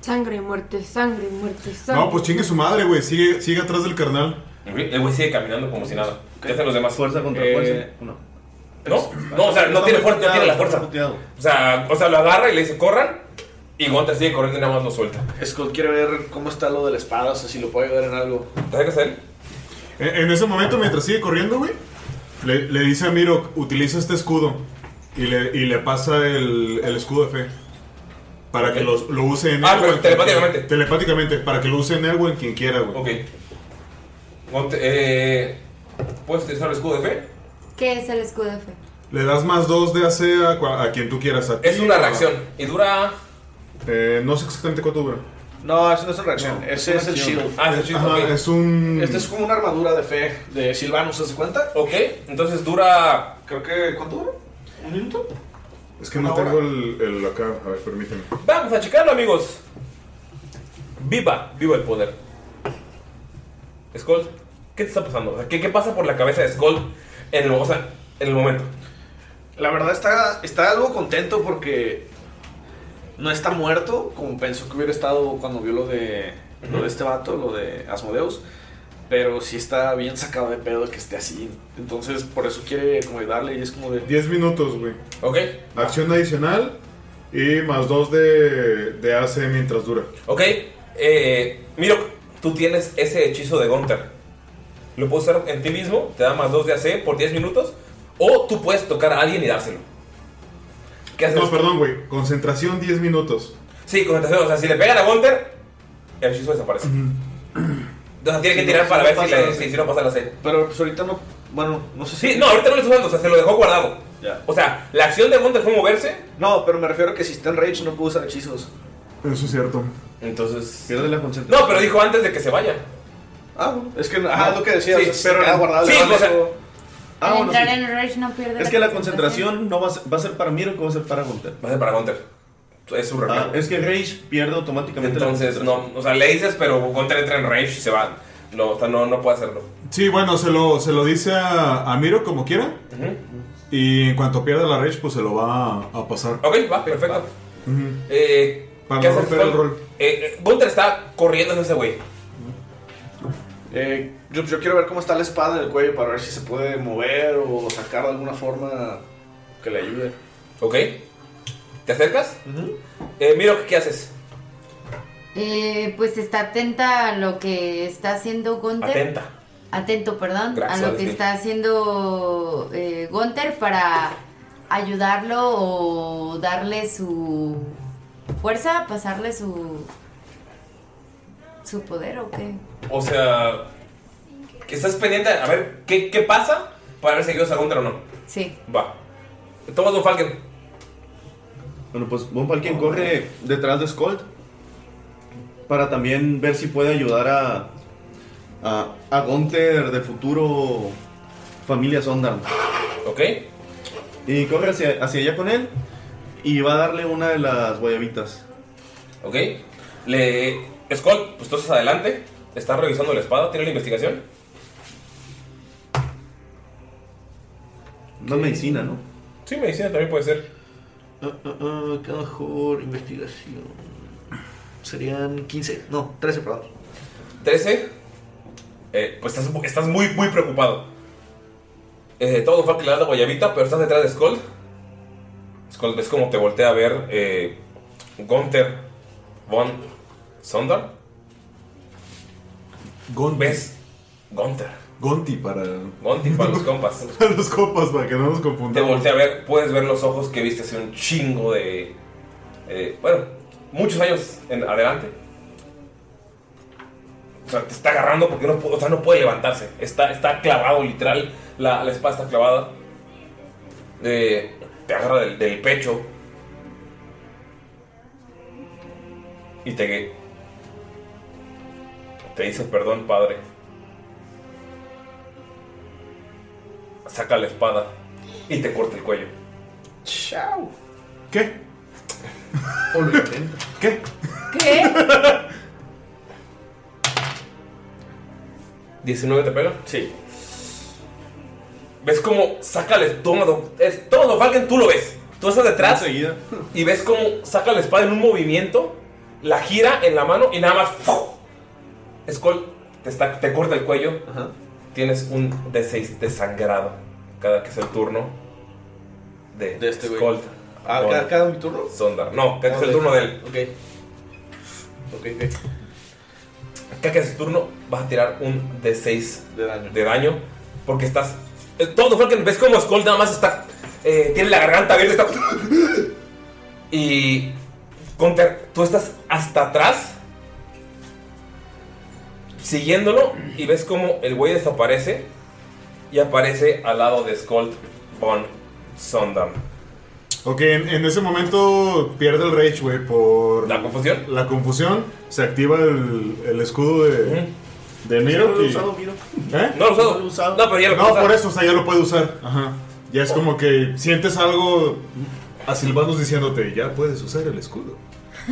Sangre, muerte, sangre, muerte, sangre. No, pues chingue su madre, güey. Sigue, sigue atrás del carnal. El güey sigue caminando como si nada. ¿Qué hacen los demás? Fuerza contra fuerza, No. No, no, o sea, no Está tiene muy fuerza, no tiene la puteado, fuerza. está puteado. O sea, o sea, lo agarra y le dice corran. Y Gonta sigue corriendo y nada más lo suelta. Skull quiere ver cómo está lo de la espada, o sea, si lo puede ayudar en algo. ¿Te acercas a él? Eh, En, en ese momento, mientras sigue corriendo, güey, le, le dice a Miro, utiliza este escudo. Y le, y le pasa el, el escudo de fe. Para que los- lo use en Ah, él, pero güey. telepáticamente. Telepáticamente, para que lo use en él, güey, quien quiera, güey. Ok. Gonta, eh, ¿Puedes utilizar el escudo de fe? ¿Qué es el escudo de fe? Le das más dos de AC a, cua- a quien tú quieras. A Es una reacción. Y dura. Eh, no sé exactamente cuánto dura. No, eso no es una reacción, ese es el acción. shield. Ah, es el Este Ajá, es un. Esta es como una armadura de fe de Silvanus, ¿se hace cuenta? Ok, entonces dura. Creo que. ¿Cuánto dura? ¿Un minuto? Es que no Ahora. tengo el, el acá. A ver, permíteme. Vamos a checarlo, amigos. Viva, viva el poder. Skull, ¿qué te está pasando? O sea, ¿qué, qué pasa por la cabeza de Skull en el, o sea, en el momento? La verdad está, está algo contento porque no está muerto como pensó que hubiera estado cuando vio lo de, lo de este vato, lo de Asmodeus. Pero sí está bien sacado de pedo que esté así. Entonces por eso quiere como ayudarle y es como de... 10 minutos, güey. Ok. Acción adicional y más 2 de, de AC mientras dura. Ok, eh, Miro, tú tienes ese hechizo de Gunter. Lo puedes usar en ti mismo, te da más 2 de AC por 10 minutos. O tú puedes tocar a alguien y dárselo. ¿Qué haces? No, perdón, güey. Concentración 10 minutos. Sí, concentración. O sea, si le pegan a Gunter, el hechizo desaparece. O sea, tiene que tirar para ver si, le- si- si no pasa la C. Pero pues ahorita no... Bueno, no sé si... Sí, no, ahorita no lo está usando, o sea, se lo dejó guardado. O sea, la acción de Gunter fue moverse. No, pero me refiero a que si está en Rage no puede usar hechizos. Eso es cierto. Entonces. Pierde la concentración. No, pero dijo antes de que se vaya. Ah, bueno, es que... Ah, es lo que decía, Sí, o sea, se pero- queda guardado. sí, le vale o sea- eso. Ah, Al bueno, entrar sí. en Rage no pierde Es la que la concentración no va a ser, va a ser para Mirok o va a ser para Gunter. Va a ser para Gunter. Es un reflejo. Ah, es que Rage pierde automáticamente la Entonces, no, o sea, le dices, pero Gunter entra en rage y se va. No, o sea, no, no puede hacerlo. Sí, bueno, se lo, se lo dice a, a Miro como quiera. Ujú. Y en cuanto pierda la rage, pues se lo va a, a pasar. Ok, va, perfecto. Ujú. Eh, Para ¿qué no haces, romper el Paul? rol. Eh, eh, Gunter está corriendo hacia ese güey. Eh, yo, yo quiero ver cómo está la espada en el cuello para ver si se puede mover o sacar de alguna forma que le ayude. Ok. ¿Te acercas? Eh, Miro, ¿qué haces? Eh, pues está atenta a lo que está haciendo Gunther. Atento, perdón, Gracias, a lo que sí. está haciendo eh, Gunther para ayudarlo o darle su fuerza, pasarle su su poder o qué. O sea, que estás pendiente a ver qué, qué pasa para ver si ayudas a Gunter o no. Sí. Va. Tomas un Falken. Bueno, pues Von Falken corre detrás de Skold para también ver si puede ayudar a, a, a Gunther de futuro familia Sondarn. Ok. Y corre hacia, hacia allá con él y va a darle una de las guayabitas. Ok. Le. Skull, pues tú estás adelante. Estás revisando la espada. ¿Tiene la investigación? No es medicina, ¿no? Sí, medicina también puede ser. ¿Qué mejor investigación? Serían 15, no, 13, perdón. 13. Eh, pues estás, estás muy, muy preocupado. Eh, todo fue que le das la guayabita, pero estás detrás de Skull. Skull, ves cómo te voltea a ver eh, Gunther von Sonder. ¿Ves? Gunther. Gonti para. Gonti para (laughs) (laughs) los compas. los copas, para que no nos Te confundamos. voltea a ver, puedes ver los ojos que viste hace un chingo de. eh, bueno, muchos años en, adelante. O sea, te está agarrando porque no, pu- o sea, no puede levantarse. Está, está clavado, literal. La, la espada está clavada. Eh, te agarra del, del pecho. Y te. Te dice perdón, padre. Saca la espada y te corta el cuello. Chao. ¿Qué? ¿Qué? ¿Qué? 19 te pega. Sí. ¿Ves cómo saca la espada? Es todo Falken, tú lo ves. Tú estás detrás y ves cómo saca la espada en un movimiento, la gira en la mano y nada más. ¡fu! Skull te, está- te corta el cuello. Tienes un D6 desangrado cada que es el turno de, este Skull. Ah, con ¿cada- cada mi turno? Sondar. No, cada que Este es el Ok. turno de él. Ok. Ok, ok. Cada que haces tu turno vas a tirar un D6 de daño. porque estás. eh, Todo Falken, ves como Skull nada más está. eh, tiene la garganta abierta. está- (laughs) y. Gunter, tú estás hasta atrás. Siguiéndolo. Y ves como el güey desaparece. Y aparece al lado de Skull von Sondam. Ok, en, en ese momento pierde el rage, güey, por... ¿La confusión? La confusión, se activa el, el escudo de, de Miro no lo he y- usado, Miro. ¿Eh? No lo he usado. No lo he usado. No, pero ya lo puede No, usar. por eso, o sea, ya lo puede usar. Ajá. Ya es como que sientes algo a Silvanus diciéndote, ya puedes usar el escudo.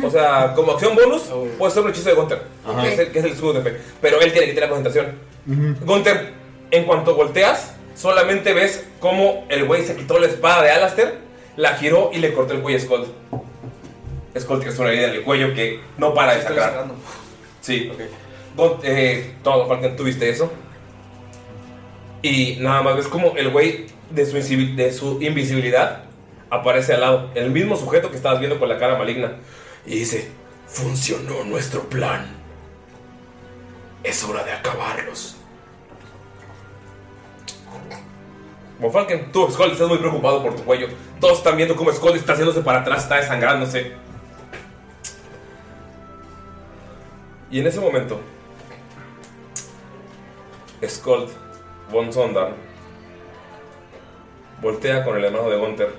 O sea, como acción bonus, puede ser un hechizo de Gunter. Que es el, que es el escudo de fe. Pero él tiene que tener concentración. Gunter, en cuanto volteas, solamente ves cómo el güey se quitó la espada de Alastair, la giró y le cortó el cuello a Skull. Skull tiene una herida en el cuello que no para de Estoy sangrar. sangrando. Sí, ok. Gun- eh, todo, Falcon, tuviste eso. Y nada más ves como el güey de su, insibi- de su invisibilidad aparece al lado. El mismo sujeto que estabas viendo con la cara maligna. Y dice, funcionó nuestro plan. Es hora de acabarlos. Bonfalken, tú, Skull, estás muy preocupado por tu cuello. Todos están viendo cómo Skull está haciéndose para atrás, está desangrándose. Y en ese momento, Skull von Sondar voltea con el hermano de Gunther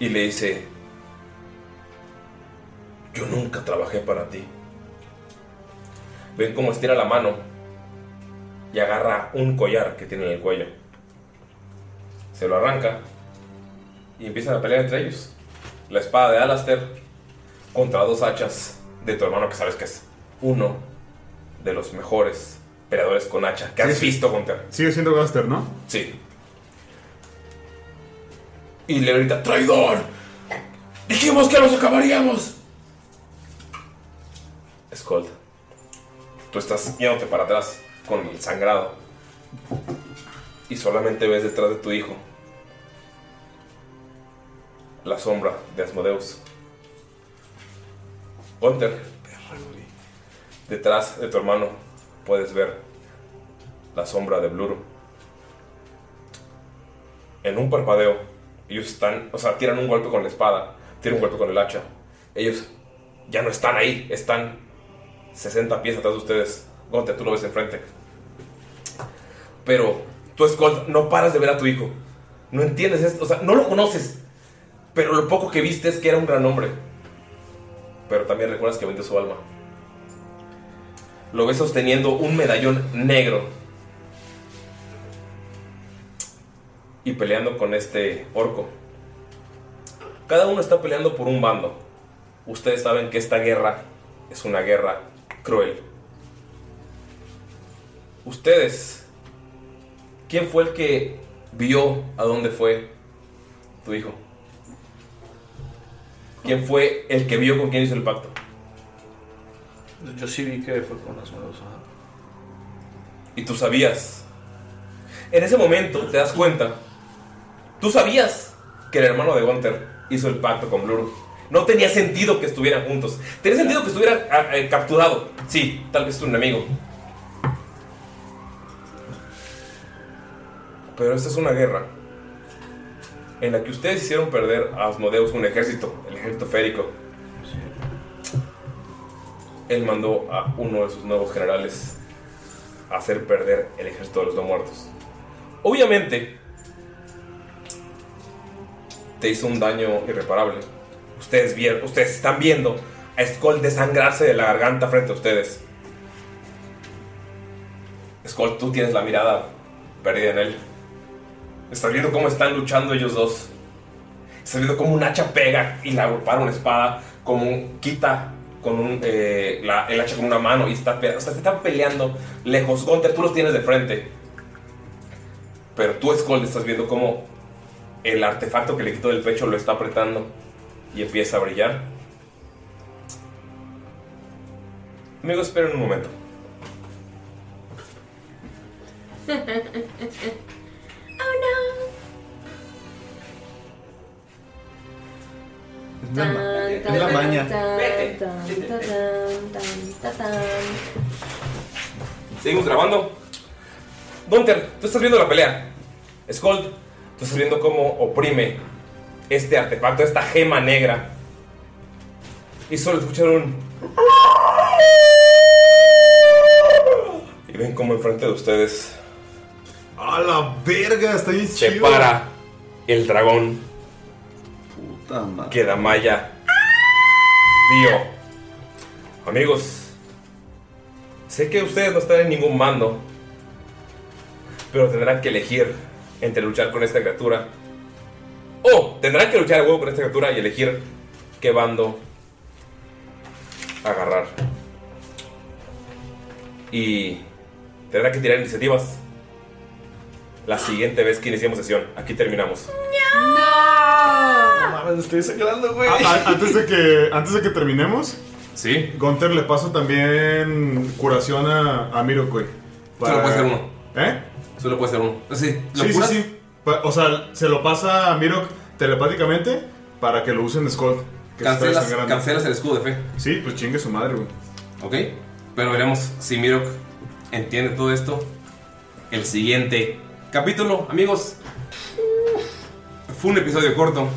y le dice: Yo nunca trabajé para ti. Ven cómo estira la mano y agarra un collar que tiene en el cuello. Se lo arranca y empiezan a pelear entre ellos. La espada de Alastair contra dos hachas de tu hermano que sabes que es uno de los mejores peleadores con hacha que Sí, has sí. visto, Gunther. Sigue siendo Gaster, ¿no? Sí. Y le grita, traidor. Dijimos que los acabaríamos. Skull Tú estás yéndote para atrás con el sangrado. Y solamente ves detrás de tu hijo la sombra de Asmodeus. Gunter, detrás de tu hermano puedes ver la sombra de Bluro. En un parpadeo, ellos están, o sea, tiran un golpe con la espada, tiran un golpe con el hacha. Ellos ya no están ahí, están 60 pies atrás de ustedes. Gunter, tú lo ves enfrente. Pero tú, Scott, no paras de ver a tu hijo. No entiendes esto, o sea, no lo conoces. Pero lo poco que viste es que era un gran hombre. Pero también recuerdas que vendió su alma. Lo ves sosteniendo un medallón negro. Y peleando con este orco. Cada uno está peleando por un bando. Ustedes saben que esta guerra es una guerra cruel. Ustedes, ¿quién fue el que vio a dónde fue tu hijo? ¿Quién fue el que vio con quién hizo el pacto? Yo sí vi que fue con las manos. ajá. Y tú sabías. En ese momento te das cuenta. Tú sabías que el hermano de Gunter hizo el pacto con Blur. No tenía sentido que estuvieran juntos. Tenía sentido que estuvieran ah, eh, capturado. Sí, tal vez tu enemigo. Pero esta es una guerra en la que ustedes hicieron perder a Asmodeus un ejército, el ejército férico. Él mandó a uno de sus nuevos generales a hacer perder el ejército de los no muertos. Obviamente, te hizo un daño irreparable. Ustedes, vieron, ustedes están viendo a Skull desangrarse de la garganta frente a ustedes. Skull, tú tienes la mirada perdida en él. Estás viendo cómo están luchando ellos dos. Estás viendo cómo un hacha pega y la para una espada, como un- quita con un, eh, la- el hacha con una mano y está pe- o sea, se están peleando lejos. Gunter, tú los tienes de frente. Pero tú, Skull, estás viendo cómo el artefacto que le quitó del pecho lo está apretando y empieza a brillar. Amigo, esperen un momento. oh Es no. la, ma- es la maña. Seguimos grabando. Gunter, tú estás viendo la pelea. Skull, tú estás viendo cómo oprime este artefacto, esta gema negra. Y solo escucharon un. Y ven como enfrente de ustedes. ¡A la verga! Está bien Se chido. para el dragón. Que Damaya vio. Amigos, sé que ustedes no están en ningún mando, pero tendrán que elegir entre luchar con esta criatura o tendrán que luchar de huevo con esta criatura y elegir qué bando agarrar. Y tendrán que tirar iniciativas la siguiente vez que iniciemos sesión. Aquí terminamos. No mames, estoy sangrando, güey. A- a- antes, de que, antes de que terminemos, ¿Sí? Gunter le paso también curación a, a Miroquai. Solo puede ser uno. ¿Eh? Solo puede ser uno. Sí, ¿lo sí, sí, curas? sí. Pa- O sea, se lo pasa a Mirok telepáticamente para que lo usen en Skull. que se está Cancelas- desangrando. cancelas el escudo de fe. Sí, pues chingue su madre, güey. Ok, pero veremos si Mirok entiende todo esto. El siguiente capítulo, amigos. Fue un episodio corto.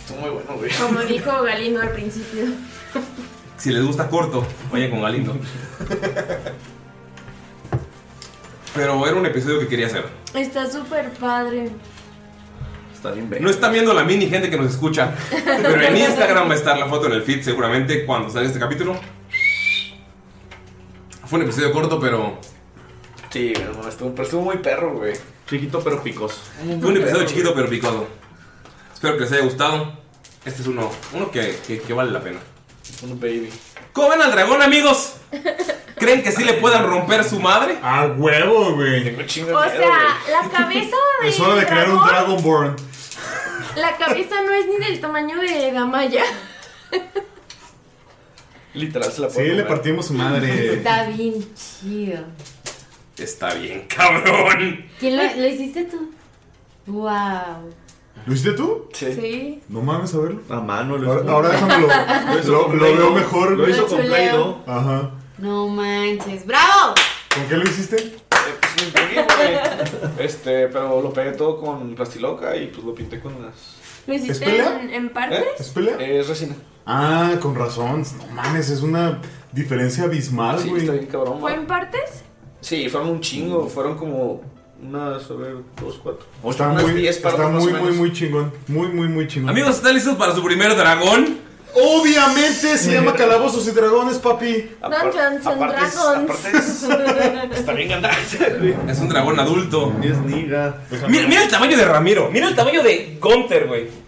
Estuvo muy bueno, güey. Como dijo Galindo al principio. Si les gusta corto, vayan con (laughs) Galindo. Pero era un episodio que quería hacer. Está súper padre. Está bien No están viendo la mini gente que nos escucha. Pero (laughs) en Instagram va a estar la foto en el feed seguramente cuando salga este capítulo. Fue un episodio corto, pero. Sí, no, estuvo, pero estuvo muy perro, güey. Chiquito pero picoso. Muy Fue un episodio perro, chiquito pero picoso. Espero que les haya gustado. Este es uno, uno que, que- que vale la pena. Uno baby. ¿Cómo ven al dragón, amigos? ¿Creen que sí le puedan romper su madre? A huevo, güey. Tengo O sea, la cabeza de. Es hora de crear un Dragonborn. La cabeza no es ni del tamaño de Damaya. Literal, se la Sí, le partimos su (laughs) madre. Está bien chido. Está bien, (laughs) cabrón. ¿Quién lo, lo hiciste tú? Wow. ¿Lo hiciste tú? Sí. No mames, a verlo. A mano lo Ahora, ahora déjame lo- Lo hizo lo, con lo Play-Doh. veo mejor. Lo hizo con Lo chuleo. Play-Doh. Ajá. No manches. ¡Bravo! ¿Con qué lo hiciste? Eh, pues, Este, pero lo pegué todo con plastiloca y pues lo pinté con unas. ¿Lo hiciste pelea? en, en partes? ¿Es pelea? Eh. Es resina. Ah, con razón. No mames, es una diferencia abismal, Sí, Ah, güey. Mm. está bien cabrón. ¿Fue ma. en partes? Sí, fueron un chingo, fueron como unas, a ver, dos, cuatro. Está unas muy, diez está partes más o muy, muy, menos. muy chingón. Muy, muy, muy chingón. Amigos, ¿están listos para su primer dragón? Obviamente se (laughs) llama Calabozos y Dragones, papi. Don Johnson Dragons. (laughs) Está bien Es un dragón adulto. Es niga. Mira, mira el tamaño de Ramiro. Mira el tamaño de Gunther, güey.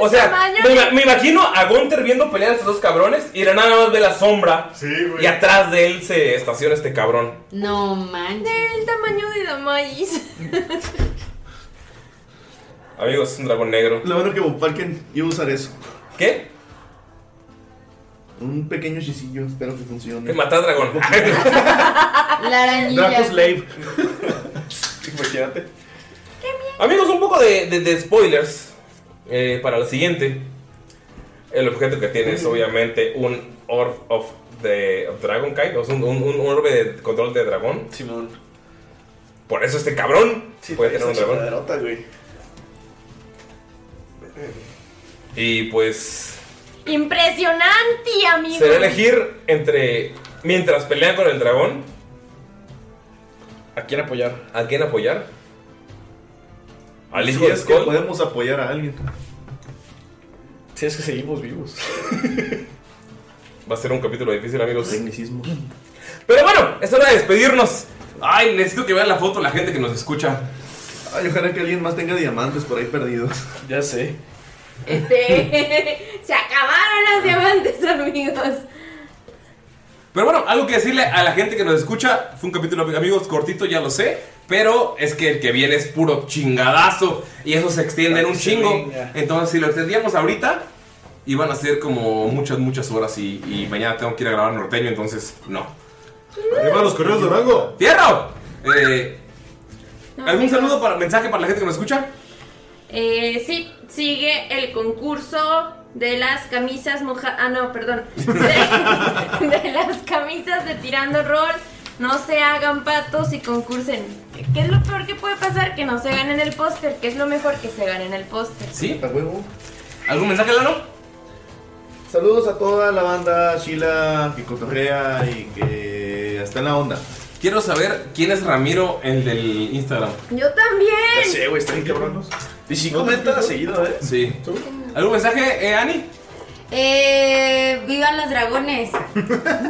O sea, Tamaño. me, ima- me imagino a Gunther viendo pelear a estos dos cabrones y de la nada más ve la sombra. Y atrás de él se estaciona este cabrón. No manches. Del tamaño de Damaris. Amigos, es un dragón negro. Lo bueno que Von Falken iba a usar eso. ¿Qué? Un pequeño hechicillo, espero que funcione. Que mata al dragón. La Draco (laughs) arañilla. Slave. Imagínate. Amigos, un poco de, de- de spoilers eh, para la siguiente. El objeto que tiene es obviamente un Orb of the of Dragon Kind, o sea, un, un- un orbe de control de dragón. Simón. Por eso este cabrón puede tener un dragón. güey. Y pues Impresionante, amigo. será elegir entre mientras pelean con el dragón. ¿A quién apoyar? ¿A quién apoyar? ¿Al Si hijo de es que Skull? podemos apoyar a alguien. Si es que seguimos (laughs) vivos. Va a ser un capítulo difícil, amigos. Pero bueno, es hora de despedirnos. Ay, necesito que vean la foto la gente que nos escucha. Ay, ojalá que alguien más tenga diamantes por ahí perdidos. Ya sé. Este, (laughs) se acabaron los diamantes, amigos. Pero bueno, algo que decirle a la gente que nos escucha. Fue un capítulo, amigos, cortito, ya lo sé. Pero es que el que viene es puro chingadazo. Y eso se extiende en un Se chingo. venga. Entonces, si lo extendíamos ahorita, iban a ser como muchas, muchas horas. Y, y mañana tengo que ir a grabar norteño, entonces no. Arriba los correos de Durango. ¡Fierro! Eh, ¿Algún saludo para mensaje para la gente que nos escucha? Eh, sí, sigue el concurso de las camisas moja... Ah, no, (laughs) perdón. De, de las camisas de tirando rol. No se hagan patos y concursen. ¿Qué es lo peor que puede pasar? Que no se ganen el póster. ¿Qué es lo mejor que se ganen el póster? Sí. huevo. ¿Algún mensaje, Lalo? Saludos a toda la banda chila que cotorrea y que está en la onda. Quiero saber quién es Ramiro, el del Instagram. Yo también. Sí, güey, está bien cabrón. Y si comenta seguido, ¿eh? Sí. ¿Algún mensaje, eh, Ani? Eh, vivan los dragones.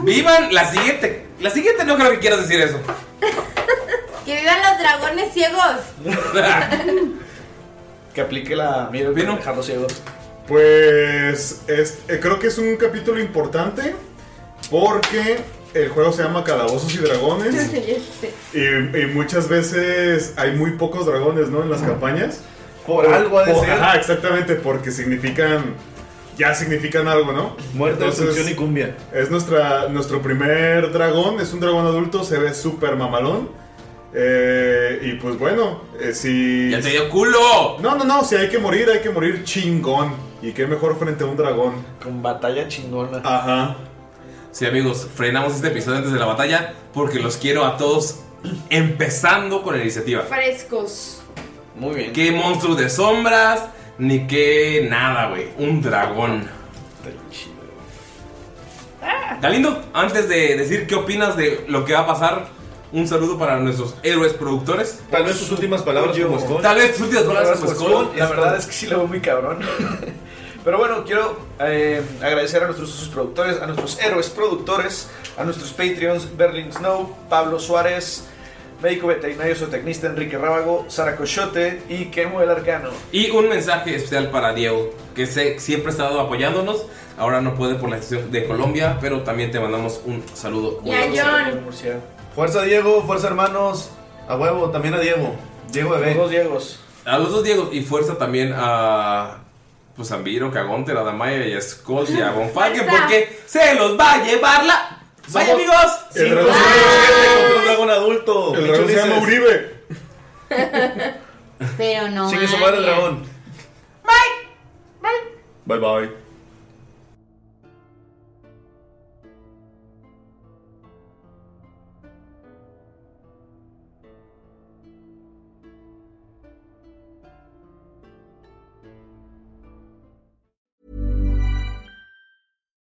Vivan la siguiente. La siguiente no creo que quieras decir eso. Que vivan los dragones ciegos. (laughs) Que aplique la. Mira, Vino. dejarlo ciego. Pues es- eh, creo que es un capítulo importante porque el juego se llama Calabozos y (laughs) Dragones y, y muchas veces hay muy pocos dragones, ¿no? En las campañas. Por algo ha de Por- ser. Ajá, exactamente, porque significan, ya significan algo, ¿no? Muerte, Entonces, destrucción y cumbia. Es nuestra, nuestro primer dragón, es un dragón adulto, se ve súper mamalón. Eh, y pues bueno, eh, si... ¡Ya te dio culo! No, no, no, si hay que morir, hay que morir chingón. Y qué mejor frente a un dragón. Con batalla chingona. Ah. Ajá. Sí, amigos, frenamos este episodio antes de la batalla porque los quiero a todos empezando con la iniciativa. Frescos. Muy bien. ¿Qué monstruos de sombras? Ni qué nada, güey. Un dragón. Está bien chido. Galindo, antes de decir qué opinas de lo que va a pasar, un saludo para nuestros héroes productores. Tal vez sus últimas palabras Yo- como Skull. Tal vez tus últimas palabras, Pues, pues, con- Cole. la verdad es que sí lo veo muy cabrón. (laughs) Pero bueno, quiero eh, agradecer a nuestros sus productores, a nuestros héroes productores, a nuestros Patreons, Berlin Snow, Pablo Suárez, médico veterinario zootecnista Enrique Rábago, Sara Cochote y Kemo el Arcano. Y un mensaje especial para Diego, que se- siempre ha estado apoyándonos. Ahora no puede por la situación de Colombia, pero también te mandamos un saludo. Y a John. Murcia. Fuerza Diego, fuerza hermanos. A huevo, también a Diego. Diego Los bebé. dos Diegos. A los dos Diegos y fuerza también a pues a Viro, Cagonte, a Damaya y a Skull y a Bonfalken porque se los va a llevar la. ¡Vaya Somos- amigos! El dragón se llama Uribe contra un dragón adulto. El dragón se llama Uribe. Pero no. Sigue su madre el mames. dragón. Bye bye.